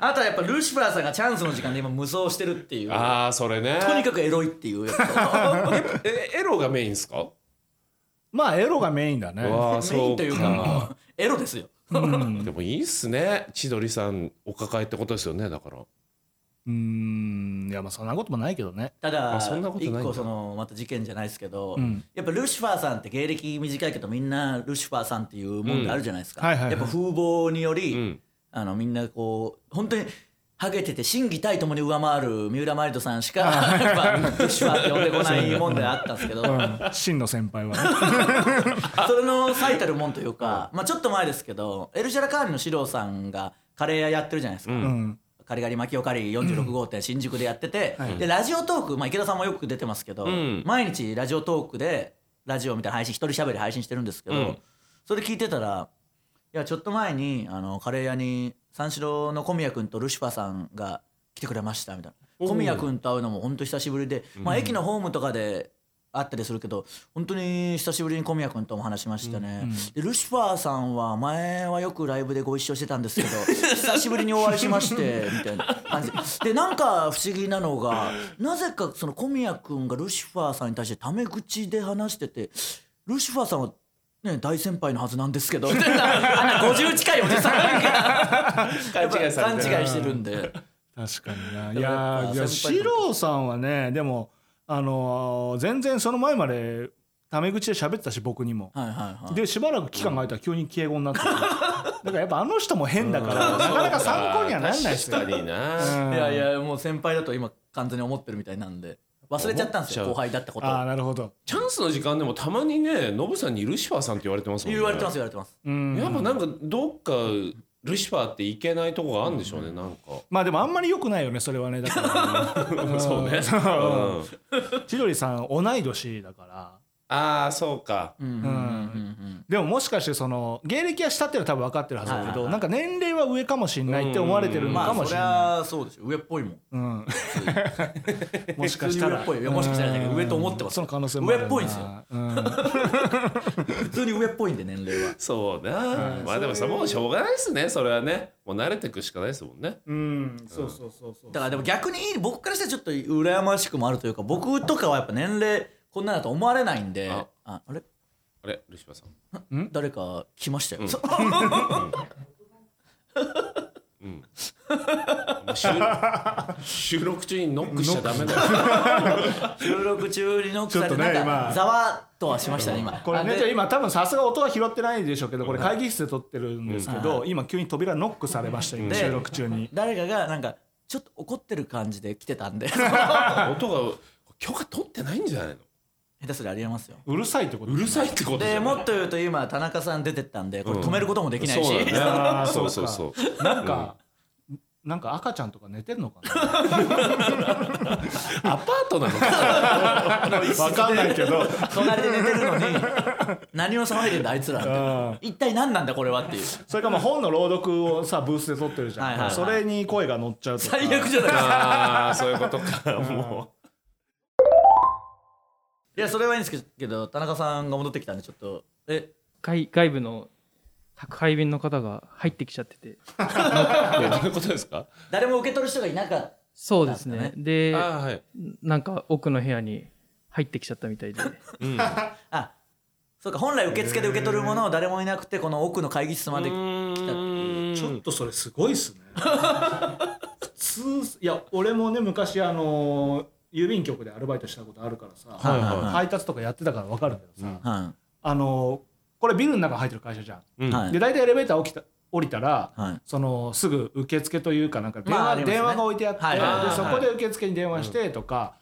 あとはやっぱルシファーさんがチャンスの時間で今無双してるっていうああそれねとにかくエロいっていうやつえエロがメインですかまあエロがメインだね。わあメイそンうというかもかうエロですようんでもいいっすね千鳥さんお抱えってことですよねだからうんいやまあそんなこともないけどね。ただあそんなことないんだ一個そのまた事件じゃないですけど、うんやっぱルシファーさんって芸歴短いけどみんなルシファーさんっていうもんであるじゃないですか、うんはいはいはいやっぱ風貌により、うんあのみんなこう本当にハゲてて審議対ともに上回る三浦マリトさんしかやっぱルシファーって呼んでこないもんであったんですけど、うん真の先輩はね。それの最たるもんというか、まあ、ちょっと前ですけどエルシャラカーニの四郎さんがカレー屋やってるじゃないですか、うんカリガリマキオカリ46号店新宿でやってて、はいでラジオトーク、まあ、池田さんもよく出てますけど、ん毎日ラジオトークでラジオみたいな配信一人喋り配信してるんですけど、うんそれ聞いてたらいやちょっと前にあのカレー屋に三四郎の小宮君とルシファーさんが来てくれましたみたいな小宮君と会うのも本当久しぶりで、まあ、駅のホームとかであったりするけど本当に久しぶりに小宮君とも話しましたね、うんでルシファーさんは前はよくライブでご一緒してたんですけど 久しぶりにお会いしましてみたいな感じでなんか不思議なのがなぜかその小宮君がルシファーさんに対してタメ口で話しててルシファーさんはね、大先輩のはずなんですけどみたいなあんな50近いおじさんが勘違いさ 勘れ違いてるしてるんで。確かにな。でいもやっぱやー、いや、先輩シのことローさんはね、でも、あのー、全然その前まで、タメ口で喋ってたし、僕にも。はいはいはいで、しばらく期間が空いたら急に敬語になってた。だからやっぱあの人も変だから、なかなか参考にはならないです よ。確かにな。うんいやいやもう先輩だと今完全に思ってるみたいなんで忘れちゃったんですよ思っちゃう後輩だったことああ、をなるほど。チャンスの時間でもたまにね、ノブさんにルシファーさんって言われてますもんね。言われてます言われてますうん。やっぱなんかどっかルシファーっていけないとこがあるんでしょうね、なんか。 まあでもあんまり良くないよね、それはね。だからねそうね。うん千鳥さん同い年だからああ、そうか。うんうんうんうんでももしかしてその芸歴は下っていうのは多分分かってるはずだけはいはいどはいなんか年齢は上かもしんないって思われてるうんのまかもあしそりれなゃそうでしょ上っぽいもんい、うん、もしかしたら普通に上っぽい よもしかしたらだけどうん上と思ってますその可能性もあるな上っぽいんですよ、うん普通に上っぽいんで年齢はそうな。まあでもさ、もうしょうがないですね、それはね。もう慣れてくしかないですもんね。うん、そうそうそうそうだからでも逆に僕からしたらちょっと羨ましくもあるというか僕とかはやっぱ年齢こんなだと思われないんであああれあれ、ルシファーさん。誰か来ましたよ、そうもう収録収録中にノックしちゃダメだよ。収録中にノックされてちょっとねなんか今ざわっとはしましたね今これあねでじゃあ今多分さすが音は拾ってないでしょうけどこれ会議室で撮ってるんですけど今急に扉ノックされました今で収録中に誰かがなんかちょっと怒ってる感じで来てた んで 音が許可取ってないんじゃないの下手すりゃありえますようるさいってことうるさいってことじでゃなもいっと言うと今田中さん出てったんでこれうん止めることもできないし、そう だねあーそそううそうかそう。なんか、なんか赤ちゃんとか寝てんのかなアパートなのか。わかんないけど隣で寝てるのに何を騒いでんだあいつらってうん一体何なんだこれはっていうそれかまあ本の朗読をさブースで撮ってるじゃん、はいはいはいそれに声が乗っちゃうとか最悪じゃないですかああ、そういうことか。もいやそれはいいんですけど田中さんが戻ってきたんでちょっとえ外外部の宅配便の方が入ってきちゃってて う。どういうことですか。誰も受け取る人がいなかっそうですねなんかあであ、はい。なんか奥の部屋に入ってきちゃったみたいでうん。たあそうか本来受付で受け取るものを誰もいなくてこの奥の会議室まで来たっていうちょっとそれすごいっすね普通いや俺もね昔あの郵便局でアルバイトしたことあるからさ、はいはいはい配達とかやってたから分かるんだけどさ、はあのこれビルの中入ってる会社じゃん、うんいはいで大体エレベーター起きた降りたら、はいそのすぐ受付というかなんか電話,、まあありますね電話が置いてあって、はいはいはでいそこで受付に電話してとか、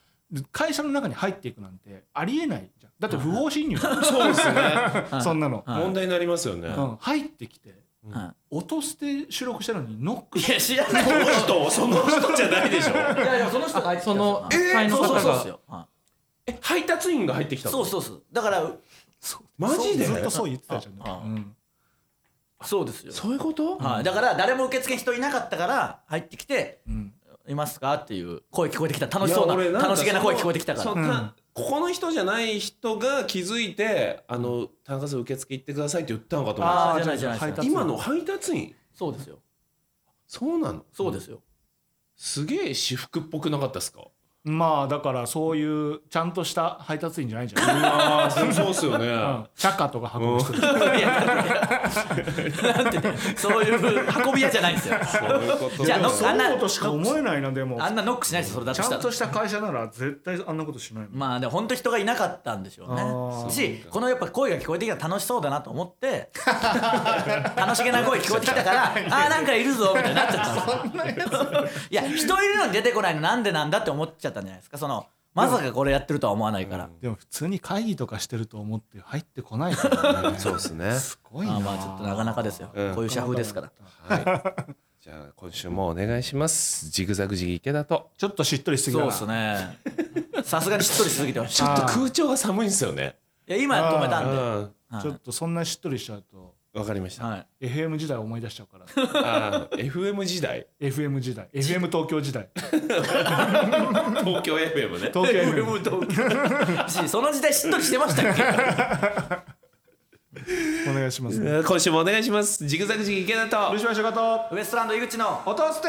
会社の中に入っていくなんてありえないじゃんだって不法侵入 そう ですねそんなの、はい問題になりますよね。うん、入ってきては音捨て収録したのにノックいいや知らないその人、その人じゃない でしょ。いやいやその人が入ってきたそのえ宅配のそう方そうそうっがすよはえ、配達員が入ってきいたの。そうそうそうだからマジでそうずっとそう言ってたじゃん、ああうんそうですよそういうこと。はい、だから誰も受付人いなかったから入ってきてうん「いますか?」っていう声聞こえてきた楽しそうないや俺んか楽しげな声聞こえてきたそかうらたうんここの人じゃない人が気づいて「あの田中さん受付行ってください」って言ったのかと思あっーじゃないじゃない配た達今の配達員そうですよそうなのそうですよすげえ私服っぽくなかったですかまあだからそういうちゃんとした配達員じゃないんじゃない、ああそうそうっすよね、うん、チャカとか運ぶ人いやなんてねそういう運び屋じゃないんですよそういうことじゃあノックそういうことしか思えないなでもあんなノックしないですよそれだちとしゃたんとらした会社なら絶対あんなことしないもんまあでも本当人がいなかったんでしょうあねーしこのやっぱ声が聞こえてきたら楽しそうだなと思って楽しげな声聞こえてきたからあーなんかいるぞみたいになっちゃったんですよいや人いるのに出てこないのなんでなんだって思っちゃったんじゃないですかそのまさかこれやってるとは思わないから、でも普通に会議とかしてると思って入ってこないからねそうですねすごいまなあまあちょっとなかなかですよ、うんこういう社風ですからはいじゃあ今週もお願いしますジグザグジギ池田とちょっとしっとりしすぎそだうなですねさすがにしっとりしすぎてましちょたっとあー空調が寒いんですよねいや今止めたんでうんはいちょっとそんなしっとりしちゃうとうわかりました。はい FM 時代を思い出しちゃう かあらー FM 時代 FM 時代 FM 東京時代東京 FM ね。東京俺 FM も東京その時代しっとりしてましたっけ お願いしますえー今週もお願いします。ジグザグジギ池田とル。シファーショカウエストランド井口のト音捨て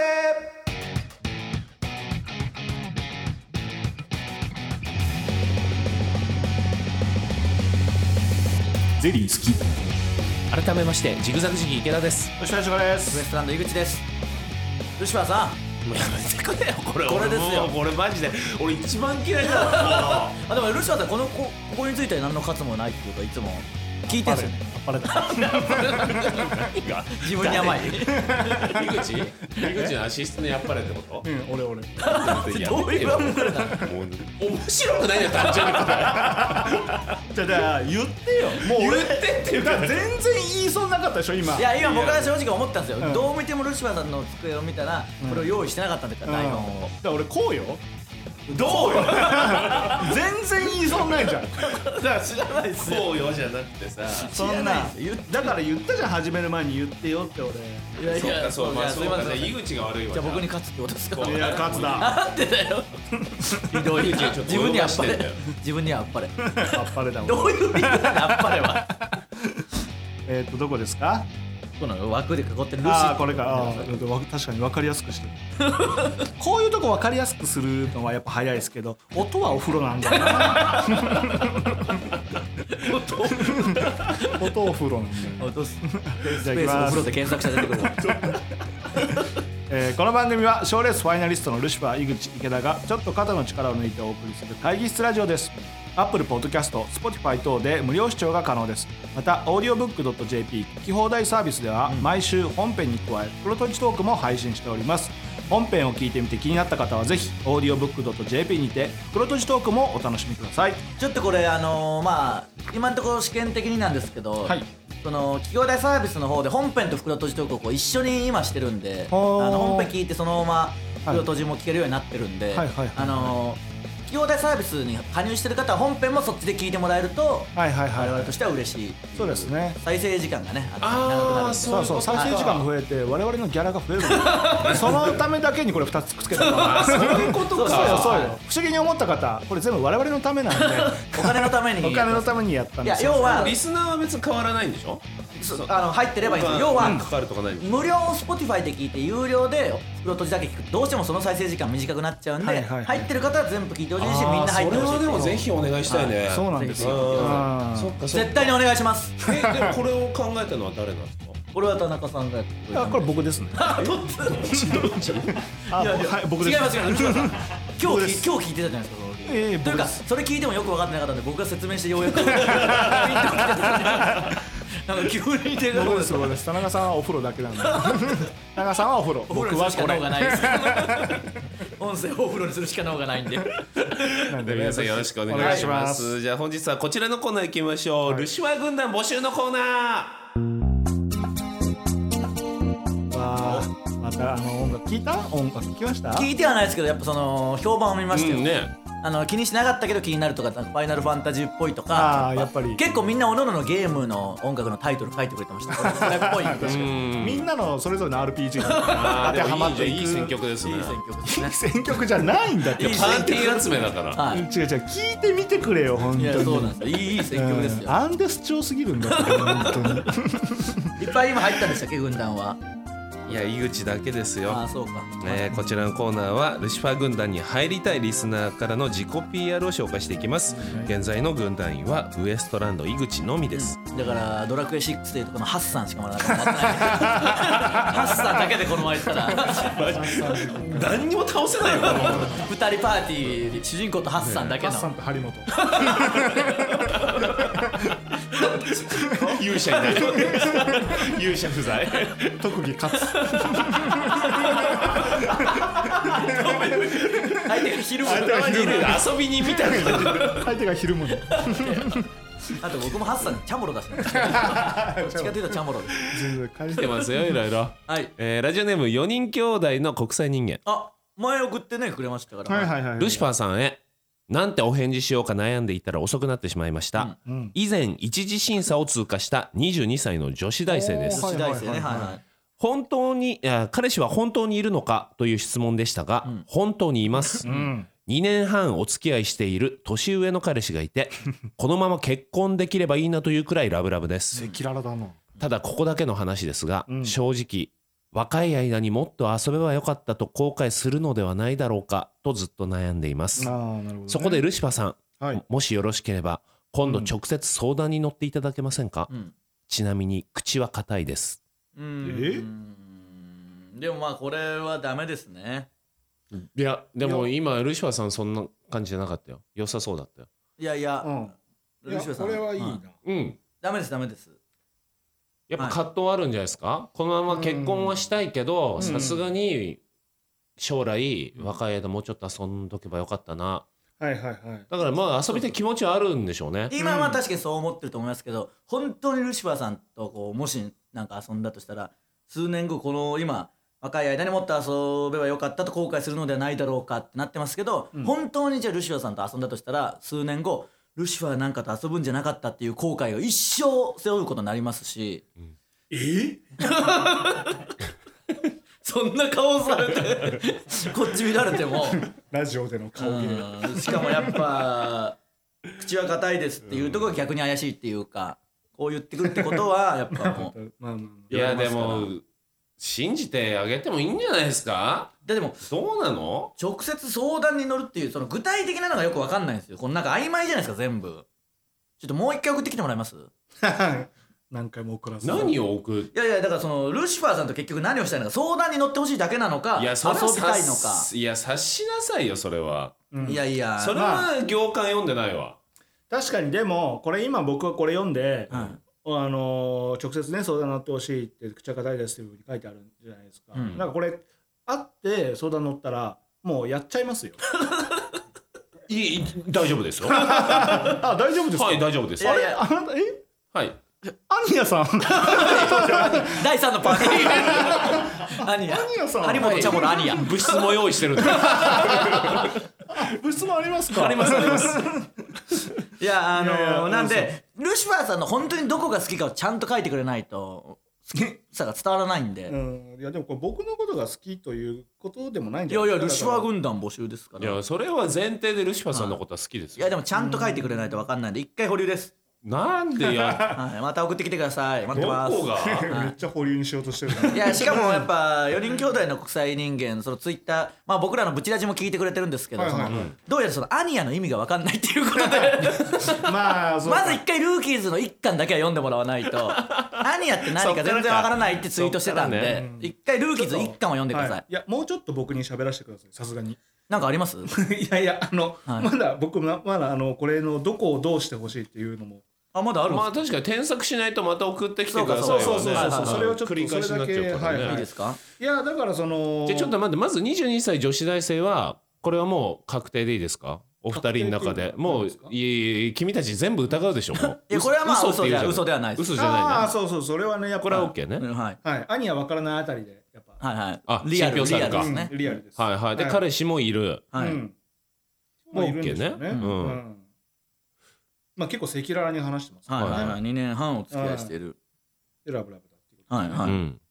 ゼリー好き改めましてジグザグジギ池田です。ルシファーショカでウエすストランド井口ですルシファーさんもうやめてくれよこれ。これですよ俺もうこれマ ジで俺一番嫌いだわ。もあでもルシファーさんこのこここについて何の価値もないっていうかいつも聞いてるんですよねあれだ自分に甘 いう井口井口のアシストのやっぱりってことう？ん俺俺どういうもう面白くないよ単純にこじゃあじゃあ言ってよもうれ。俺言ってっていうだかから全然言いそうなかったでしょ今いや今僕は正直思ったんですよ、どう見てもルシファーさんの机を見たら、これを用意してなかったんだから、台本をだから俺こうよどうよ 全然言いそうないじゃんだから知らないっすそうよじゃなくてさ。そんなだから言ったじゃん始める前に言ってよって俺いやいそうかそうまあじそゃうかすいませねん井口が悪いわ。じゃあ僕に勝つってことですかそういや勝つだなんでだよひどいいやちょっと自分にはあっぱ泳がしてんだれよ自分にはあっぱあれっぱれだどういう意味なんだあっぱれはえっとどこですかこの枠で囲ってるルシああこれかあーわ確かに分かりやすくしてるこういうとこ分かりやすくするのはやっぱ早いですけど音はお風呂なんだな 音音 お風呂なんだよ落とすじゃスあ行きペースおま風呂すで検索したら出てくるえーこの番組は賞レースファイナリストのルシファー井口池田がちょっと肩の力を抜いてお送りする会議室ラジオですアップルポッドキャスト Spotify 等で無料視聴が可能ですまた audiobook.jp 聞き放題サービスでは毎週本編に加えプロトチトークも配信しております本編を聞いてみて気になった方はぜひ audiobook.jp にてプロトチトークもお楽しみください ちょっとこれあのーまあ今のところ試験的になんですけど、はいその企業大サービスの方で本編と袋閉じ投稿を一緒に今してるんであほーの本編聞いてそのまま袋閉じも聞けるようになってるんで、はいはいはいあのー企業大サービスに加入してる方は本編もそっちで聞いてもらえるとはいはい我々はとしては嬉しいそうですね再生時間がねのあー長くなるんでそうそう再生時間が増えて我々のギャラが増えるん だよそのためだけにこれ2つくっつけたからそういうことそうそうよそそううよ不思議に思った方これ全部我々のためなんでお金のためにお金のためにやったんいでやす要よはリスナーは別に変わらないんでしょそうあの入ってればいいんですよ要うんはかかるとかないんでしょ無料 Spotify で聞いて有料で袋閉じだけ聞くとどうしてもその再生時間短くなっちゃうんで、はいはいはい入ってる方は全部聞いてほしいしみんな入ってほしいそれはでもぜひお願いしたいね、そうなんですうよんうんそっかそっ絶か対にお願いしますえでもこれを考えたのは誰なんですかこれは田中さんがやってくれたあこれ僕ですねあはい僕で違いすます違います今僕日今で日す聞いてたじゃないですかその時ええ僕というかですそれ聞いてもよく分かってなかったんで僕が説明してようやくピンときてたなんか急に出る僕です僕です田中さんはお風呂だけなんで 田中さんはお風呂お僕風呂にはするこしか能れがないです音声をお風呂にするしか能 がないんでなんで皆さんよろしくお願いしますお願いしますじゃあ本日はこちらのコーナー行きましょう、ルシファー軍団募集のコーナわーまたあの音楽聞いた音楽聞きました聞いてはないですけどやっぱその評判を見ましたーよ、ねあの気にしなかったけど気になるとかファイナルファンタジーっぽいとかああやっぱり結構みんなおのののゲームの音楽のタイトル書いてくれてましたこれこれっぽい確かうにんみんなのそれぞれの RPG があ当でてはもまいいっじゃんていいい選く曲ですねいい選曲ですね選曲じゃないんだっていやパーティー集めだからはい違う違う聞いてみてくれよ本当いにやそうなんですよいいいい選曲ですうんよアンデス調すぎるんだって本当にいっぱい今入ったんでしたっけ軍団はいや井口だけですよああそうかえーこちらのコーナーはルシファー軍団に入りたいリスナーからの自己 PR を紹介していきます現在の軍団員はウエストランド井口のみです、だからドラクエ6でいうとこのハッサンしかまだなんか分かってないハッサンだけでこの前行ったら何にも倒せないよ二人パーティー主人公とハッサンだけハのッサンと張本 勇者いない勇者不在特技勝つ手相手が昼間が昼間遊びに見たいな感じ相手がひるむのあと僕もハッサンにチャモロだしねどっちかというとチャモロです全然返し来ててますよいろいろ、はいえーラジオネーム4人兄弟の国際人間あ前送ってねくれましたから、はいはいはいルシファーさんへなんてお返事しようか悩んでいたら遅くなってしまいました、うん以前一次審査を通過した22歳の女子大生でおーすはい時代ですよねははいいはいはい本当にいや彼氏は本当にいるのかという質問でしたが、うん本当にいます、うん2年半お付き合いしている年上の彼氏がい てこのまま結婚できればいいなというくらいラブラブです、赤裸々だなただここだけの話ですが、うん正直若い間にもっと遊べばよかったと後悔するのではないだろうかとずっと悩んでいます、あーなるほどねそこでルシファーさん、はいもしよろしければ今度直接相談に乗っていただけませんか、うんちなみに口は硬いですうーんでもまあこれはダメですねいやでも今ルシファーさんそんな感じじゃなかったよ良さそうだったよいやいや、うんいやルシファーさこんれはいいなうんうんダメですダメですやっぱはい葛藤あるんじゃないですか、このまま結婚はしたいけうどんさすがに将来うん若い間もうちょっと遊んどけばよかったなはいはいはいだからまあ遊びたい気持ちはあるんでしょうね今は確かにそう思ってると思いますけど本当にルシファーさんとこうもしなんか遊んだとしたら数年後この今若い間にもっと遊べばよかったと後悔するのではないだろうかってなってますけど、本当にじゃあルシファーさんと遊んだとしたら数年後ルシファーなんかと遊ぶんじゃなかったっていう後悔を一生背負うことになりますし、えそんな顔されて こっち見られてもラジオでの顔芸うんしかもやっぱ口は硬いですっていうところが逆に怪しいっていうかこう言ってくるってことはやっぱもう。まあまあまいやで言われもま信じてあげてもいいんじゃないですかででもどうなの直接相談に乗るっていうその具体的なのがよくわかんないんですよこのなんか曖昧じゃないですか全部ちょっともう一回送ってきてもらえますいあ何回も怒らせ何を送るやいやだからそのルシファーさんと結局何をしたいのか相談に乗ってほしいだけなのかいやそ遊れはびたいのか察いや察しなさいよそれはうんいやいやそれは行間読んでないわ確かにでもこれ今僕はこれ読んで、はいあのー直接ね相談乗ってほしいって口は硬いですっていうふうに書いてあるんじゃないですか、うんなんかこれ会って相談乗ったらもうやっちゃいますよいいい大丈夫ですよ は あ大丈夫ですか、い大丈夫ですいやいやあなたえはいアニヤさんア第3のパーティ ーアニヤニヤさん張本ちゃんものアニヤ部室も用意してるんで あ物 質もありますかりますありますいやあのいやいやなんでルシファーさんの本当にどこが好きかをちゃんと書いてくれないと好きさが伝わらないんで、うん、いやでもこれ僕のことが好きということでもないんいじゃやないいやでルすシかフだァかー軍団募集ですかいらやそれは前提でルシファーさんのことは好きですいよやでもちゃんと書いてくれないと分かんないんで一回保留です、なんで やはい、また送ってきてください待っどてますこがら めっちゃ保留にしようとしてるないやしかもやっぱ4人兄弟の国際人間そのツイッターまあ僕らのブチラジも聞いてくれてるんですけど、はいはいはいそのどうやらそのアニアの意味が分かんないっていうことでまあそうまず一回ルーキーズの一巻だけは読んでもらわないとアニアって何か全然分からないってツイートしてたんそっからで一、回ルーキーズ一巻は読んでください、はい、いやもうちょっと僕に喋らせてくださいさすがになんかありますいやいやあの、はいまだ僕ままだあのこれのどこをどうしてほしいっていうのもあまだあるんでますあ確かに添削しないとまた送ってきてくださいそはうねかそうそうそうそうはいそれをちょっと繰り返しになっちゃうからそれだけはいはいねですかいやだからそのじゃあちょっと待ってまず22歳女子大生はこれはもう確定でいいですかお二人の中で確定っていうのはも何うですかいい君たち全部疑うでしょもういやこれはまっあて言うじゃん嘘ではない嘘嘘でじゃないああねそうそうそれはねやっぱこれは OK ね、うんはいはい兄は分からないあたりでやっぱ、はいはいあリアル信リ憑されアルたですねうん、リアルですはいはいで、はい彼氏もいるはういんもういるんですよね、 OK ねうんまあ結構赤裸々に話してますはいはいはい、2年半お付き合いしている。でラブラブだっていうこはいはうい。ん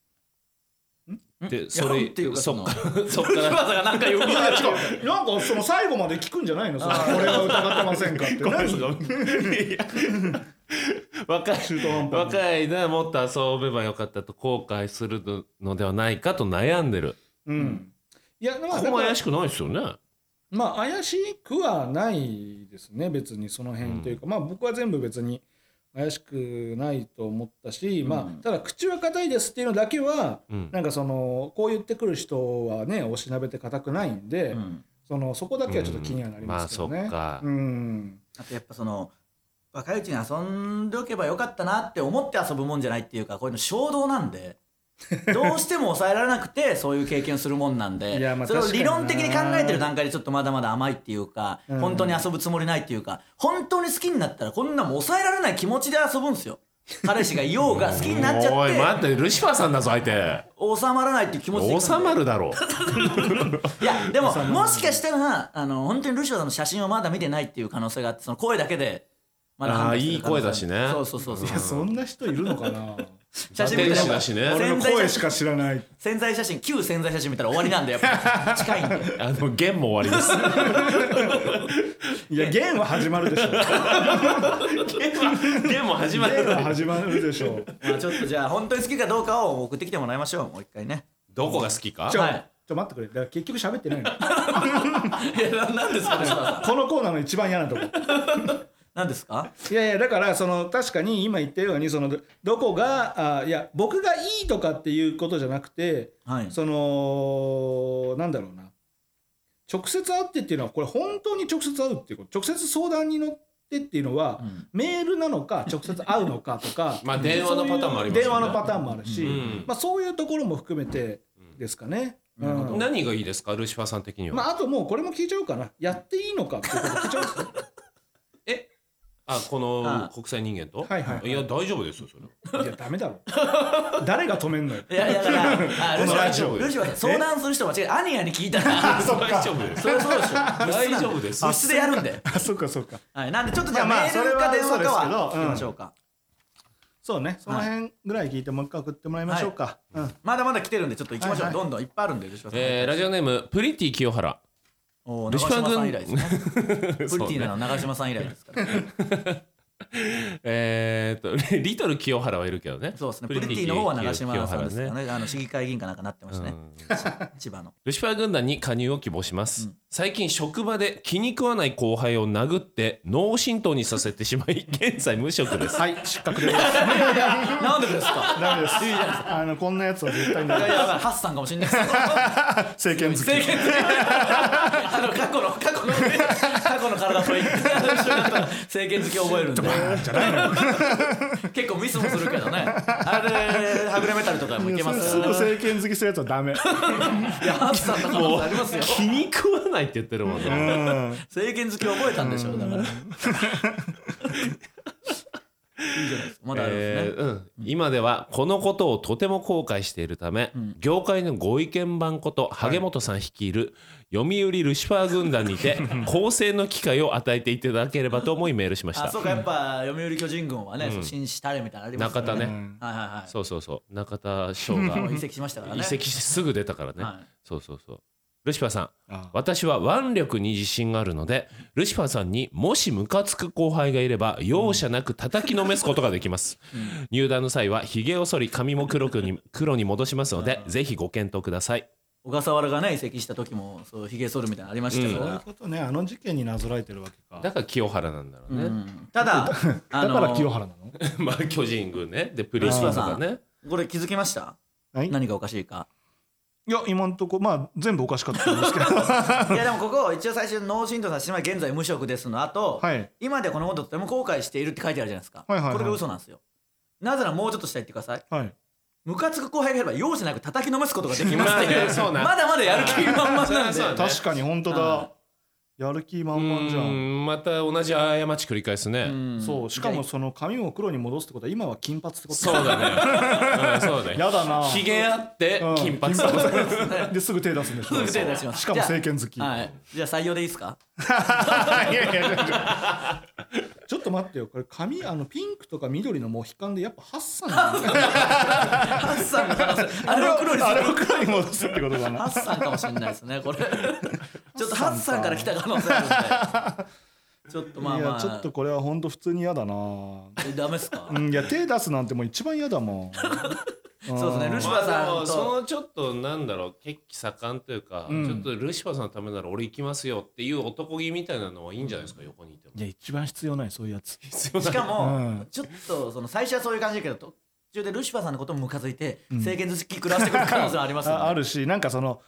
でんそいれやっていうかそそっのからそっからさがなんか言うといや違うなんかその最後まで聞くんじゃないのその俺は疑ってませんかって何中若い途半端に若い間もっと遊べばよかったと後悔するのではないかと悩んでるうんいやまこあこもだから怪しくないですよねまあ怪しくはないですね別にその辺というか、まあ僕は全部別に怪しくないと思ったし、うんまあただ口は硬いですっていうのだけはうんなんかそのこう言ってくる人はねおしなべて硬くないんで、うんそのそこだけはちょっと気にはなりますけどね。うんまあそっかうんあとやっぱその若いうちに遊んでおけばよかったなって思って遊ぶもんじゃないっていうかこういうの衝動なんで どうしても抑えられなくてそういう経験をするもんなんでいやまあそれを理論的に確考かになえてる段階でちょっとまだまだ甘いっていうかうん本当に遊ぶつもりないっていうか本当に好きになったらこんなもん抑えられない気持ちで遊ぶんですよ。彼氏がいようが好きになっち ゃおいっ待ってルシファーさんだぞ相手て収まらないっていう気持ちでいくんだ収よまるだ ろいやでももしかしたらあの本当にルシファーさんの写真をまだ見てないっていう可能性があってその声だけでまだ判断すあるーいい声だしねそうそうそうそういやそんな人いるのかな写真天見た使らだしね俺の声しか知らない潜在写真旧潜在写真見たら終わりなんだよやっぱ近いんであの弦も終わりですいやゲームは始まるで しょ弦も始まゲームはる始まるでしょまあちょっとじゃあ本当に好きかどうかを送ってきてもらいましょうもう一回ねどこが好きかちょ、はいちょ待ってくれだから結局喋ってないのいやななんですかルシファーさんこのコーナーの一番嫌なとこ何ですか いやいやだからその確かに今言ったようにそのどどこがあいや僕がいいとかっていうことじゃなくてはいそのなんだろうな直接会ってっていうのはこれ本当に直接会うっていうこと直接相談に乗ってっていうのは、うんメールなのか直接会うのかと かまあ電話のパターンもありますよねそういう電話のパターンもあるし、うんまあ、そういうところも含めてですかね。うん何がいいですかルシファーさん的には、まあ、あともうこれも聞いちゃおうかなやっていいのかっていうこと聞いちゃおうかなえあこの国際人間とはいはいはいや大丈夫ですよそれいやダメ だろ誰が止めんのよいやいやだからあルシこのラジファオーでルシファーさん相談する人間違えアニヤに聞いた らそ大丈夫ですれそう でしょ大丈夫です部室でやるんであそうかそうかはいなんでちょっとじゃあいメやまあールか電話かそれはそはうですけど聞きましょうかそうねその辺ぐらい聞いてもう一回送ってもらいましょうか、うんまだまだ来てるんでちょっと行きましょう、はいはどんどんいっぱいあるんでルシファーさん、えーラジオネームプリティ清原おールシファー長軍嶋さん以来ですねプリティなの長嶋さん以来ですからえー、っと リトル清原はいるけどねそうですねプリティの方は長清嶋さん原ですからねあの市議会議員かなんかなってましたね、千葉のルシファー軍団に加入を希望します、最近職場で気に食わない後輩を殴って脳震盪にさせてしまい 現在無職 ですはい失格ですなんでですかダメ ですあのこんなやつは絶対にいダメやいですやハッサンかもしれないです政権好き政権あの過去の過去の過去の体と一 緒だったら政権好き覚えるんで結構ミスもするけどねあれはぐれメタルとかもいけますすかぐらね政権好きするやつはダメいやハッサンの可能性ありますよ気に食わないって言ってるもんね、政権好き覚えたんでしょだからいいじゃないですかまだあるんですねえーうん、今ではこのことをとても後悔しているため、業界のご意見番こと萩本さん率いる読売ルシファー軍団に て構成の機会を与えていただければと思いメールしましあたそうかやっぱ読売巨人軍はね紳士たれみたいなのありますか中ら田ね、はいはいはいそうそうそう中田翔がもう移籍しましたからね移籍してすぐ出たからね、はいそうそうそうルシファーさんあ私は腕力に自信があるのでルシファーさんにもしムカつく後輩がいれば容赦なく叩きのめすことができます、入団の際はひげを剃り髪も黒くに黒に戻しますのでぜひご検討ください小笠原がね移籍した時もそうひげ剃るみたいなのありましたかそういうら、ことねあの事件になぞらえてるわけかだから清原なんだろうね、た だあだのから清原なの まあ巨人軍ねでプリシシフファァーーささんんねこれ気づきましたはい何がおかしいかいや今んとこまあ全部おかしかったんですけどいやでもここ一応最初脳震盪させてしまい現在無職ですのあと、はい今ではこのこととても後悔しているって書いてあるじゃないですか、はいはいはいこれが嘘なんですよなぜならもうちょっと下言ってくださいはいムカつく後輩がいれば容赦なく叩きのめすことができますまあっていう,、ねそうなんまだまだやる気満々なんでそうね 確かに本当だはやる気う満々じゃんんまた同じ過ち繰り返すね、うんそうしかもその髪も黒に戻すってことは今は金髪ってことそうだね、うん そうだねやだなひげあってうん金髪ですぐ手出すんでしょすぐ手出しますしかも政権好き、はいじゃあ採用でいいですか いやいやいやちょっと待ってよこれ髪あのピンクとか緑のモヒカンでやっぱハッサンなんだねハッサンの可能性あれを黒にすあれるを黒に戻すってことだハなッサンかもしれないですね、 これ。ちょっとハッサンから来た可能性あるんで。ちょっとまあいまやあ。ちょっとこれは本当普通に嫌だなえダメっすか、うんいや手出すなんてもう一番嫌だもんそうですね、ルシファーまあ、でさもんそと。のちょっとなんだろう血気盛んというか、んちょっとルシファーさんのためなら俺行きますよっていう男気みたいなのはいいんじゃないですか、横にいてもいや一番必要ないそういうやつ しかうんも、ちょっとその最初はそういう感じだけど、途中でルシファーさんのこともムカついて、政権好き食らわしてくる可能性はありますよ ね。ああるしなんかその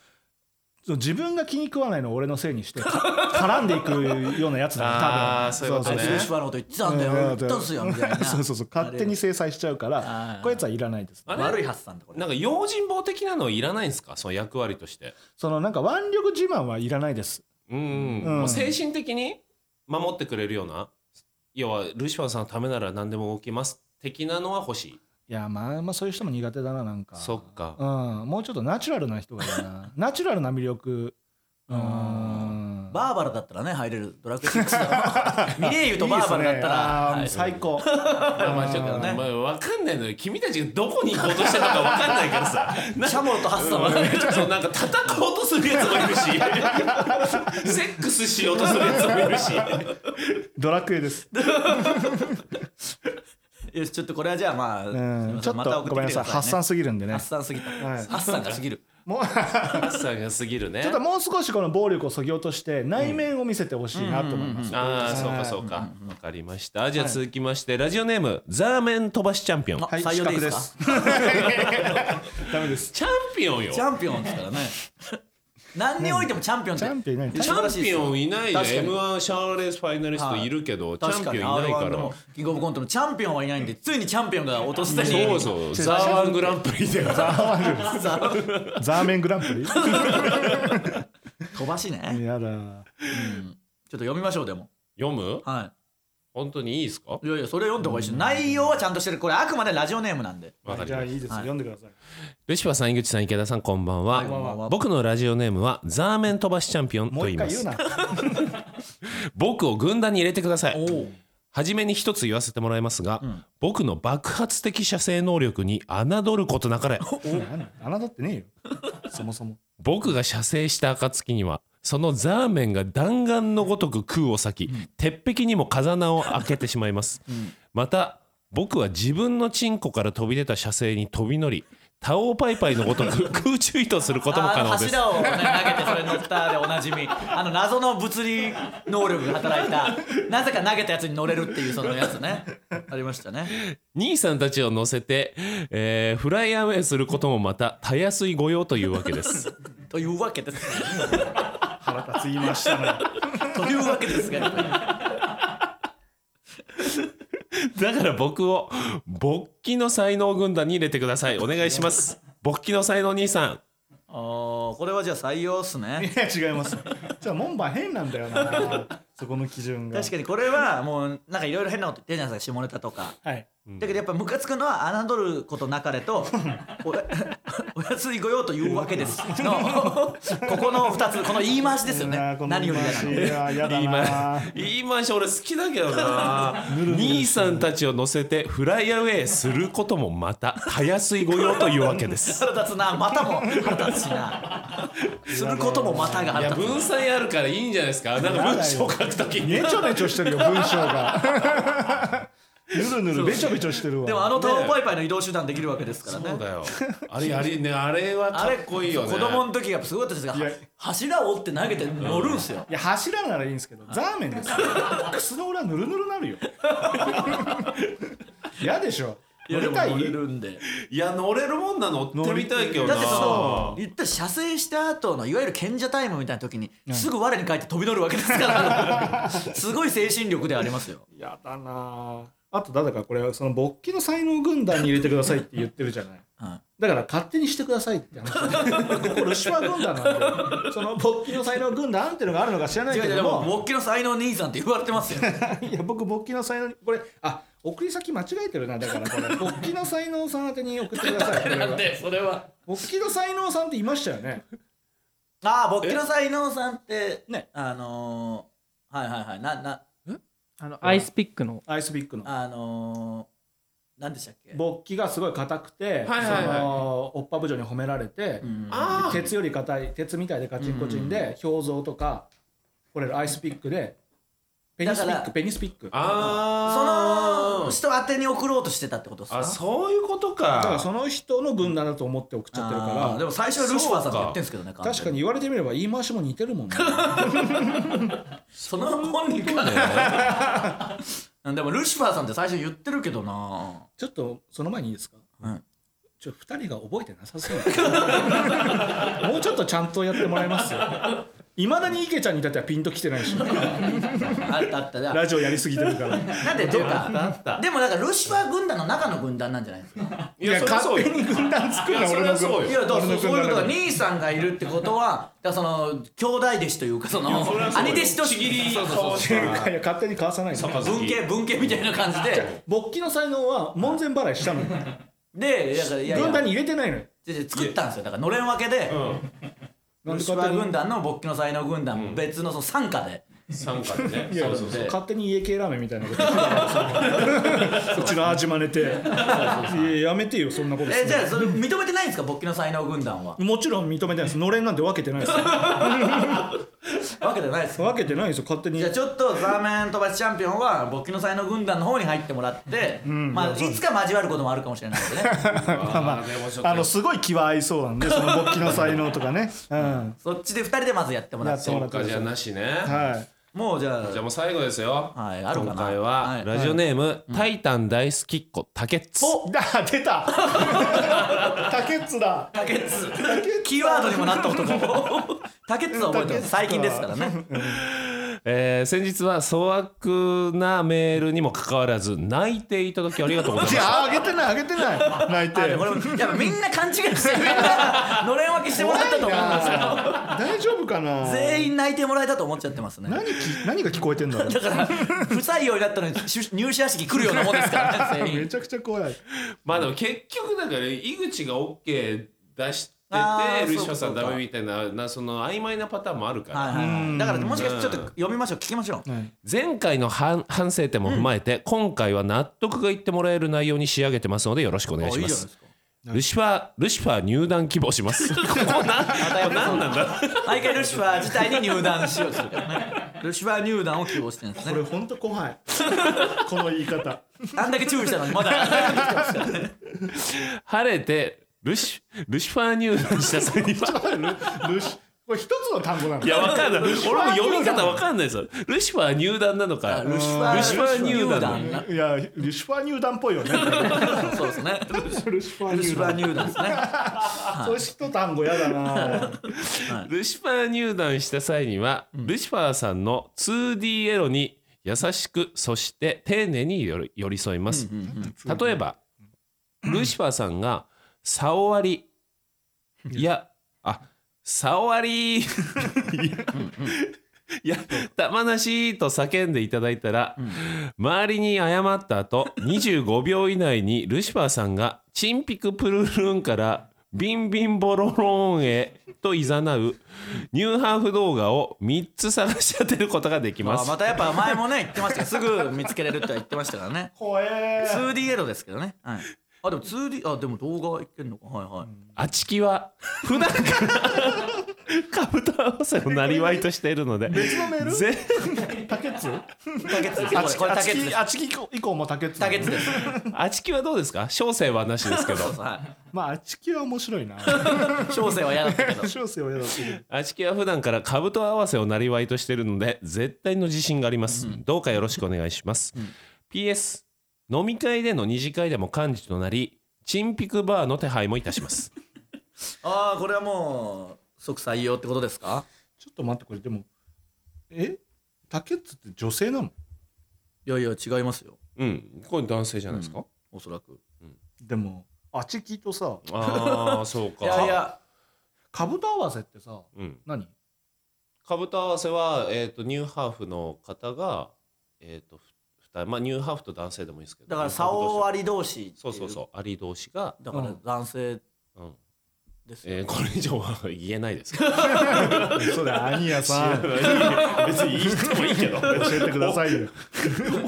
その自分が気に食わないのを俺のせいにしてか絡んでいくようなやつだねあー多分そういうことあねいつルシファーのこと言ってたんだよ、言ったんすよ、みたい な。そうそうそう勝手に制裁しちゃうからあーこういうやつはいらないですあれ悪いハッサンだ、こ れ。なんか用心棒的なのいらないんですかその役割としてそのなんか腕力自慢はいらないですうん、うんもう精神的に守ってくれるような要はルシファーさんのためなら何でも動きます的なのは欲しいいやまあまあそういう人も苦手だななんかそっかうん、もうちょっとナチュラルな人がいい なナチュラルな魅力ううんんバーバラだったらね入れるドラクエ6だ ミレイユとバーバラだったらいいっすねあー最 高まあちょっとね、まあ、分かんないのよ君たちがどこに行こうとしてるのか分かんないから さなシャモルとハッサンはちょっとなんか叩こうとするやつもい るしセックスしようとするやつもいるしドラクエです、よしちょっとこれはじゃあまあ、すういません、ちょっまたと送ごってめんきなてさいくだ発さ散い、ね、すぎるんでね発散すぎた、い発散がすぎるもう朝が過ぎるねちょっともう少しこの暴力をそぎ落として内面を見せてほしいなと思いますああそうかそうかわ、かりましたじゃあ続きまして、ラジオネームザーメン飛ばしチャンピオンあはい採用でいいですか資 ダメですチャンピオンよチャンピオンです からね何においてもチャンピオンってチャンピオンいないチャンピオンいない確でかに m 1シャーレースファイナリストいるけど、チャ確ンかピにオンいないから R1 でもキングオブコントのチャンピオンはいないんでついにチャンピオンが落としたにそうそ うザーワングランプリでザーザーメングランプリ飛ばしねや だちょっと読みましょうでも読むは本当にいいですかいいやいやそれ読んだ方がいいし内容はちゃんとしてるこれあくまでラジオネームなんでわかりじゃあまいしいです、はい読んでくださいたルシファーさん井口さん池田さんこんばんは、こんばんは僕のラジオネームはザーメン飛ばしチャンピオンともう言い一ま回言うすな僕を軍団に入れてくださいおはじめに一つ言わせてもらいますが、ん僕の爆発的射精能力に侮ることなかれ何侮ってねえよそもそも僕が射精した暁にはそのザーメンが弾丸のごとく空を裂き、鉄壁にも風穴を開けてしまいます、また僕は自分のチンコから飛び出た射精に飛び乗りタオーパイパイのごとく空中移動することも可あの能です柱を、ね、投げてそれ乗ったでおなじ みあの謎の物理能力が働いたなぜか投げたやつに乗れるっていうそのやつねありましたね兄さんたちを乗せて、えーフライアウェイすることもまたたやすい御用というわけですというわけです腹立つ言いま したねというわけですがやっぱりだから 僕を勃起の才能軍団に入れてくださいお願いします勃起の才能兄さんあーこれはじゃあ採用っすねいや違いますじゃあ門番変なんだよなそこの基準が確かにこれはもうなんかいろいろ変なこと言ってるじゃないですか下ネタとかはいだけどやっぱムカつくのは侮ることなか れとお お安いご用というわけですのここの2つこの言い回しですよねうわーこの何よりだな言い回しいややだな言い回し俺好きだけどな兄さんたちを乗せてフライアウェイすることもまたたやすい御用というわけです腹立つなまたも腹立つしな することもまたがい腹や立文才あるからいいんじゃないですかなんか文章書くときにねちょねちょしてるよ文章が ぬるぬるべちょべちょしてるわつでもあのタオパイパイの移動手段できるわけですからそうねだよあれあれねあれはかあっれこいいよね子供の時やっぱすごかったですがいや柱を折って投げて乗るんすよいや柱ならいいんですけどザーメンですよ靴の裏ぬるぬるな るよ嫌でしょいや乗でりもたい乗れるんでいや乗れるもんなの乗ってみたいけどなだってその言ったら射精した後のいわゆる賢者タイムみたいな時にすぐ我に返って飛び乗るわけですから すごい精神力でありますよやだなああとだからこれその勃起の才能軍団に入れてくださいって言ってるじゃないはだから勝手にしてくださいって 話ここルシファー軍団なんでその勃起の才能軍団っていうのがあるのか知らない違うけ違どうでもも勃起の才能兄さんって言われてますよいや僕勃起の才能にこれあ送り先間違えてるなだからこ れ勃起の才能さん宛てに送ってくださいこれはでそれは勃起の才能さんっていましたよね ああ勃起の才能さんってねあのー、はいはいはいななあのアイスピックのアイスビックのあのー、なんでしたっけ勃起がすごい硬くて、はいはいはいそのおっぱ部長に褒められて、うんあー鉄より硬い鉄みたいでカチンコチンで、氷像とかこれアイスピックでペニスピだッかクらペニスピックだそあのー人宛てに送ろうとしてたってことですかあそういうことかからその人の軍団だと思って送っちゃってるあーかでも最初はルシファーさんって言ってんですけどねら確かに言われてみれば言い回しも似てる もんねその本人か ねでもルシファーさんって最初言ってるけどなちょっとその前にいいですかうんちょっと2人が覚えてなさそうもうちょっとちゃんとやってもらいますよいまだに池ちゃんに至ってはピンときてないしあったあっただラジオやりすぎてるからなんでっていうあったあかったでもなんかルシファー軍団の中の軍団なんじゃないですかいいやそりゃ勝そう手よに軍団作るいなやそ俺れのはそうよいやだからそう俺の軍団そういうことだだ兄さんがいるってことはだからその兄弟弟子というかそのそりゃそうよ兄弟子としちぎりそうそうそういや勝手に交わさないで坂文系文系みたいな感じで勃起の才能は門前払いしたのよでだからいやい軍団やに入れてないのよでで作ったんですよだからのれん分けでなんでルシフ勝手ァーに軍団の勃起の才能軍団別のその傘下で参加でねいやそうそうそう勝手に家系ラーメンみたいなこと言ってたからうちの味真似ていややめてよそんなことすえるじゃあそれ認めてないんですか勃起の才能軍団はもちろん認めてないですのれんなんて分けてない ですよわけじゃないですか分けてないですよ勝手にじゃあちょっとザーメン飛ばしチャンピオンは勃起の才能軍団の方に入ってもらって、まあ、いつか交わることもあるかもしれないんでねまあまあーでもちょっあとあのすごい気は合いそうなんでその勃起の才能とかねうんそっちで2人でまずやってもらってやそうかじゃあなしねはいもうじゃあじゃあもう最後ですよはいあるかな今回ははいラジオネームタイタン大好きっ子タケッツ おだ 出たタケッツだタケツキーワードにもなった男タケツは覚えてます最近ですからねえー先日は粗悪なメールにもかかわらず泣いていただきありがとうございいますやあげてないあげてない泣いあてでもこれもやっぱみんな勘違いしてみんなのれん分けしてもらったと思うんですよ大丈夫かな全員泣いてもらえたと思っちゃってますね何き何が聞こえてんだろうだから不採用になったのにしゅ入社式来るようなもんですから ね全め員ちゃくちゃ怖いまあでも結局だから井口が OK 出してあーてルシファーさそんうダかそうかメみたいななその曖昧なパターンもあるから、はいはいはいだからもしかしてちょっと読みましょう聞きましょう前回の反反省点も踏まえて、今回は納得が言ってもらえる内容に仕上げてますのでよろしくお願いしあいいまじゃないすですかルシファールシファー入団希望しますここな何なんだ毎回ルシファー自体に入団しようとするからねルシファー入団を希望してるんですこれね本当怖いこ の言い方あんだけ注意したのにまだ悩ん できてますからね晴れてルシルシファー入団した際 にはルルシこれ一つの単語なのいや、わかんない。俺も読み方わかんないですよ。ルシファー入団なのか。ルシフルシファー入団ないやルシファー入団っぽいよねそうですねルシファールシ入ファー団入団ですねそういう一単語やだなルシファー入団した際には、ルシファーさんの 2D エロに優しく、そして丁寧に寄り寄り添います。例えば、ルシファーさんが、サオワリ、いや、あ、サオワリいや、玉なしと叫んでいただいたら、周りに謝った後、25秒以内にルシファーさんが、チンピクプルルンから、ビンビンボロロンへと誘う、ニューハーフ動画を3つ探し当てることができままあす。またやっぱ前もね言ってましたけどすぐ見つけれるって言ってましたからね怖え 2D エロですけどねはいあでも 2D あでも動画はいけんのかはいはいあちきは普段からカブト合わせのなりわいとしているので別のメールぜタケツタケツですあこれこれタケツですあちき以降もタケツタケツですあちきはどうですか小生はなしですけ どそうそうはいまああちきは面白い な小生は嫌だったけど小生は嫌だけどあちきは普段からカブト合わせをなりわいとしているので絶対の自信があります、どうかよろしくお願いします、PS 飲み会での二次会でも幹事となりチンピクバーの手配もいたしますああこれはもう即採用ってことですかちょっと待ってこれでもえタケツって女性なのいやいや違いますよ うんこれ男性じゃないですか、おそらくでもあちきとさああそうかいやいやかぶと合わせってさうん 何かぶと合わせは、えー、とニューハーフの方が、えー、と2人、まあ、ニューハーフと男性でもいいですけどだから竿割り同士っていそうそうそうアリ同士が、だから男性うんですよえーこれ以上は言えないですけどそうだアニヤさん教別に言ってもいいけどえてくださいオよ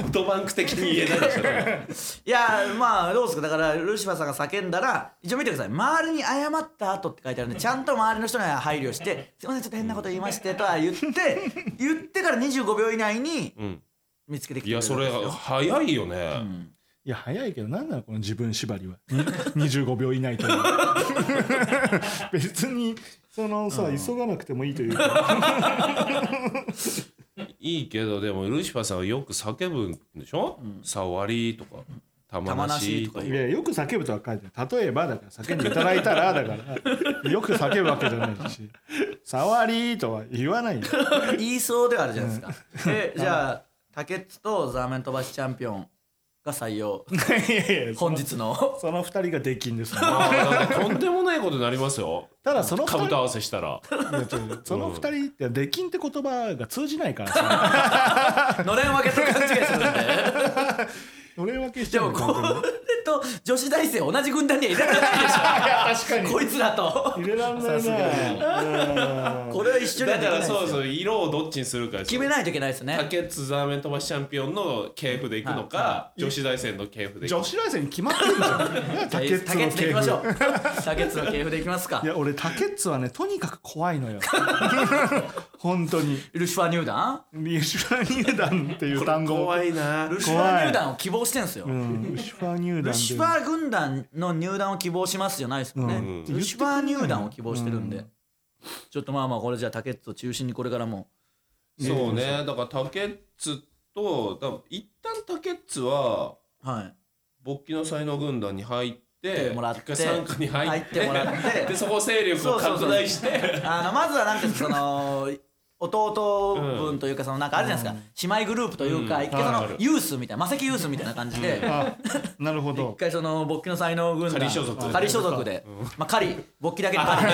ートバンク的に言えないでしょ、いやーまあどうですかだからルシファーさんが叫んだら一応見てください周りに謝った後って書いてあるんでちゃんと周りの人には配慮して「すいませんちょっと変なこと言いまして」とは言って言ってから25秒以内にうん、見つけてきていやそれは早いよね、いや早いけど何なのこの自分縛りは に25秒以内という 別にそのさ急がなくてもいいという かいいけどでもルシファーさんはよく叫ぶんでしょ「さわり」とか「玉なし」とか玉なしとかいやよく叫 ぶとは書いてない例えばだから叫んでいただいたらだからよく叫ぶわけじゃないし触りーとは言 わないよ。 言いそうではあるじゃないですか。で、じゃあ、竹内とザーメン飛ばしチャンピオンが採用。いやいや本。日の。その二人ができんですよ。あーとんでもないことになりますよただその二株と人、合わせしたらいやちょっとその二人ってできんって言葉が通じないから さ。 のれん分けと勘違いするんで。俺分けしちでゃうも、よこ本れと女子大生同じ軍団にはいられないでし当にいや確かょ。こいつらと。入れらんないさな。すがうんこれは一緒にはだでからきないですよそうそう色をどっちにするかです決めないといけないですね。竹津ザーメン飛ばしチャンピオンの系譜でいくのか女子大生の系譜でいく女のか子大生に決まってる じゃん。じゃあ竹内竹の内でいきましょう。竹内の系譜でいきますかい。や俺竹内はねとにかく怖いのよ 本当にルシファー入団ミシュラ入団っていう単語も怖いなルシファー入団を希望してるんですよ。うん、ウシファー入団でルシファー軍団の入団を希望しますじゃないですもんね、うんルシファー入団を希望してるんで、ちょっとまあまあこれじゃあ竹内を中心にこれからもそうねだから竹っつとだから一旦竹っつははい勃起の才能軍団に入ってもらって一回参加に入って入ってもらって でそこ勢力を拡大してあのまずはなんていうんですかその弟分というかそのなんかあるじゃないですか、姉妹グループというか、うん一回そあのるユースみたいな魔石ユースみたいな感じで、あなるほ一ど回その勃起の才能軍団仮所属仮所属で、まあ仮勃起だけで仮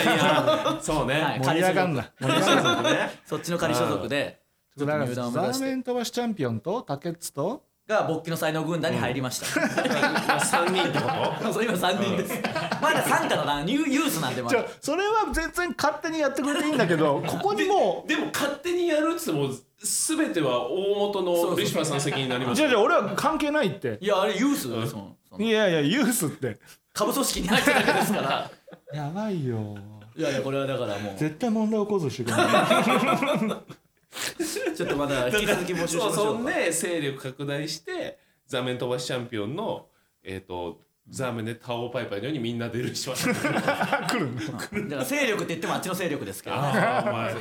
そうね、はい盛り上がんな盛り上がんな そっちの仮所属でちょっとだから入ザ団を目指ーしメてン飛ばしチャンピオンと竹内とが勃起の才能軍団に入りました、 3人ってこ そう今三人です。まだ三かのな、ニューユースなんでまじだゃ。それは全然勝手にやってくれていいんだけ どここにもとでも勝手にやるっつっても全ては大元のルシファーさん責任になりうまじすゃあじゃあ俺は関係ないっていやあれユースですもん。そのいやいやユースって下部組織に入ってるだけですから。やばいよいやいやこれはだからもう絶対問題起こすし かないちょっとまだ引き続き募集しましそうょそんうか。で勢力拡大して座面飛ばしチャンピオンのえっ、と座面でタオーパイパイのようにみんな出るしまし来るんだだから勢力って言ってもあっちの勢力ですけどね。ああお前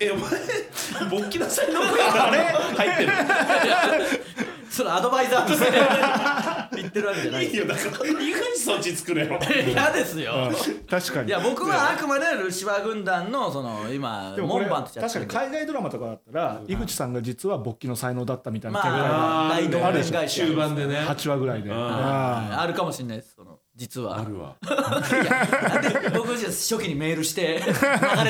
えお前勃起なさいの声があれ入ってるそのアドバイザーとして 言ってるわけじゃないいいでよだから井口そっち作れよすよ。嫌ですよ。確かいにや僕はあくまでルシファー軍団のその今でもこれ門番と確してやってかるに海んで。外ドラマとかだったら井口さんが実は勃起の才能だったみたいなま展開があ大同ある盟でしょ会社終盤でね8話ぐらいでああるかもしれないです。その実は。あるわ僕じゃ初期にメール して流れ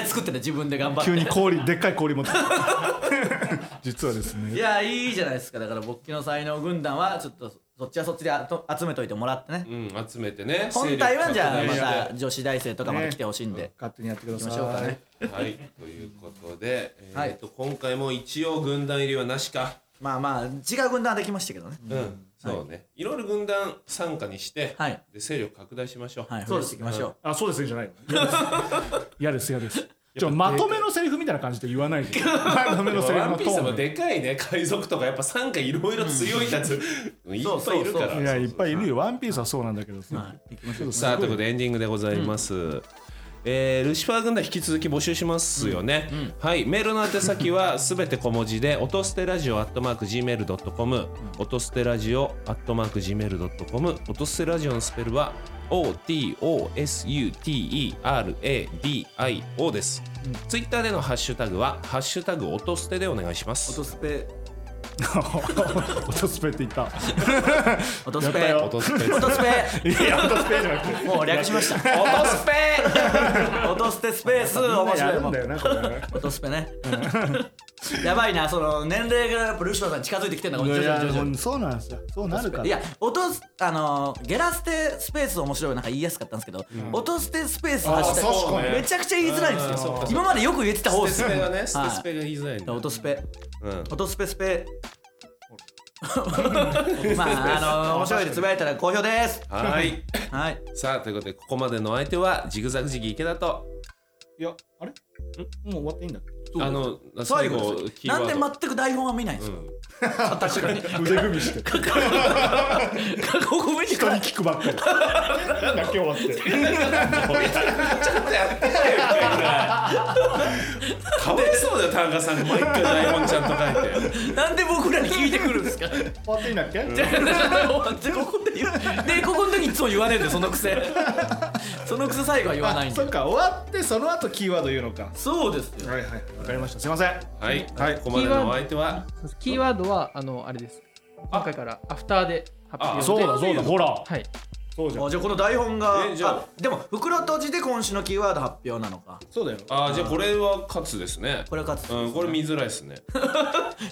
作ってた自分で頑張ーって急に氷でっかい 氷持って実はですいねやいいじゃないですかだから勃起の才能軍団はちょっとそっちはそっちであと集めといてもらってねうん集めてね本体はじゃあ勢力拡大しまてた女子大生とかまで来てほしいんで、勝手にやってください行きましょうかねはい、ということで、えはいーと今回も一応軍団入りはなしか、まあまあ違う軍団はできましたけどね、うん、そうね、い、ろいろ軍団参加にして、はいで勢力拡大しましょう。はいそそううでですす行きましょう、あそうですねじゃない嫌です嫌ですちょまとめのセリフみたいな感じで言わないでまとめのセリフワのントピースもーンででかいね海賊とかやっぱ参加いろいろ強いやつ、いっぱいいるからそうそうそういやいっぱいいるよワンピースはそうなんだけどさはい行きましょうさあということでエンディングでございます、えールシファー軍団引き続き募集しますよね、はいメールの宛先は すべて小文字で音捨てラジオアットマーク Gmail.com 音捨てラジオアットマーク Gmail.com 音捨てラジオのスペルは OTOSUTERADIO です、ツイッターでのハッシュタグは「ハッシュタグ音捨て」でお願いします音スペ音スペって言った音スやったペよ音捨て音スいや音スペじゃなくて ペもう略しました音スペ音スペスペース面や白いるもんんだよなこれ音スペねやばいなその年齢がやっぱルシファーさん近づいてきてるのがい徐々やに徐々にもうそうなんですよそうなるからいや音あのーゲラステスペース面白いなんか言いやすかったんですけど、音捨てスペース走あそうってねめちゃくちゃ言いづらいんですよ今までよく言ってた方でスすペスよペがねスはいペスペが言いづらいんだ、音スペうん音スペスペまああのー面白いでつぶやいたら好評ですはいはいさあということでここまでのお相手はジグザグジギ池田といや、あれもう終わっていいんだっけあの最最後後ですキーワなーんドで全く台本は見ないんです か、確かにこ腕組みして人にこ見てください聞くばっかりなんだ今日終わってかわいそうだよ田中さんが毎回台本ちゃんと書いてなんで僕らに聞いてくるんですか終わっていいんだっけでここで言うでここの時いつも言わねえんだよそのくせそのくせ最後は言わないんあでそっか終わってその後キーワード言うのかそうですよはいはいわかりましたすいませんはい、はいここまでのお相手はキーワードはあのあれです今回からアフターで発表あでそうだそうだほらはいそうじゃんあじゃあこの台本がえじゃああでも袋閉じで今週のキーワード発表なのかそうだよあーじゃあこれは勝つですねこれ勝つうんこれ見づらいですね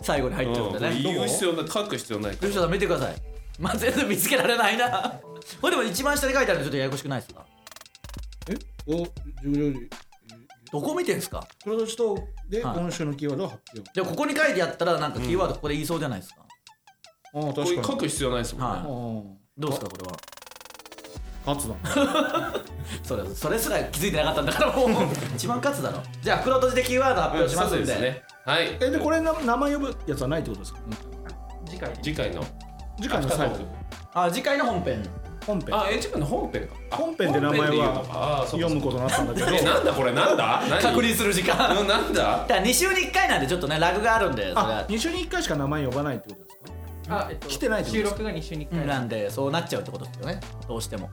最後に入うっんてるんこでれね言う必要ない書く必要ないかルシオさん見てください、まあ、全然見つけられないなこれでも一番下に書いてあるのちょっとややこしくないですかえお重量どこ見てんすか黒土地とではい今週のキーワードを発表でもここに書いてやったらなんかキーワードここで言いそうじゃないですか、ああこ確れか書にく必要ないですもんね、はいどうですかこれはあ勝つだそれそれすら気づいてなかったんだからもう一番勝つだろじゃあ袋閉じでキーワード発うん表しますんで,、そうねはいえでこれな名前呼ぶやつはないってことですか次回次回の次回の最後アフタートークあ次回の本編本編あえ次回の本編かあ本編で名前本は編で言うのかあーそうか読むことになったんだけ どえなんだこれなんだ何確認する時間だかうんなんだら2週に1回なんでちょっとねラグがあるんでそれあは2週に1回しか名前呼ばないってことですかあ、えっと、来てないってこと収です録が2週に1うん回なんでそうなっちゃうってことですよねどうしても、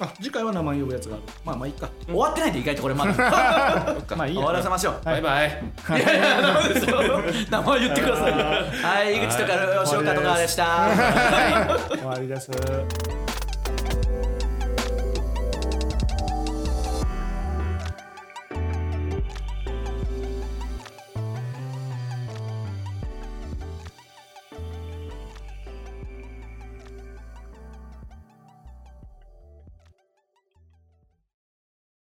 あ次回は名前呼ぶやつがあるまあまあいいか終わ ってないんで意外とこれまだまあいい終やわらせましょうバイバイい やいやダメですよ名前言ってくださいはい井口とか吉岡とかでした終わりです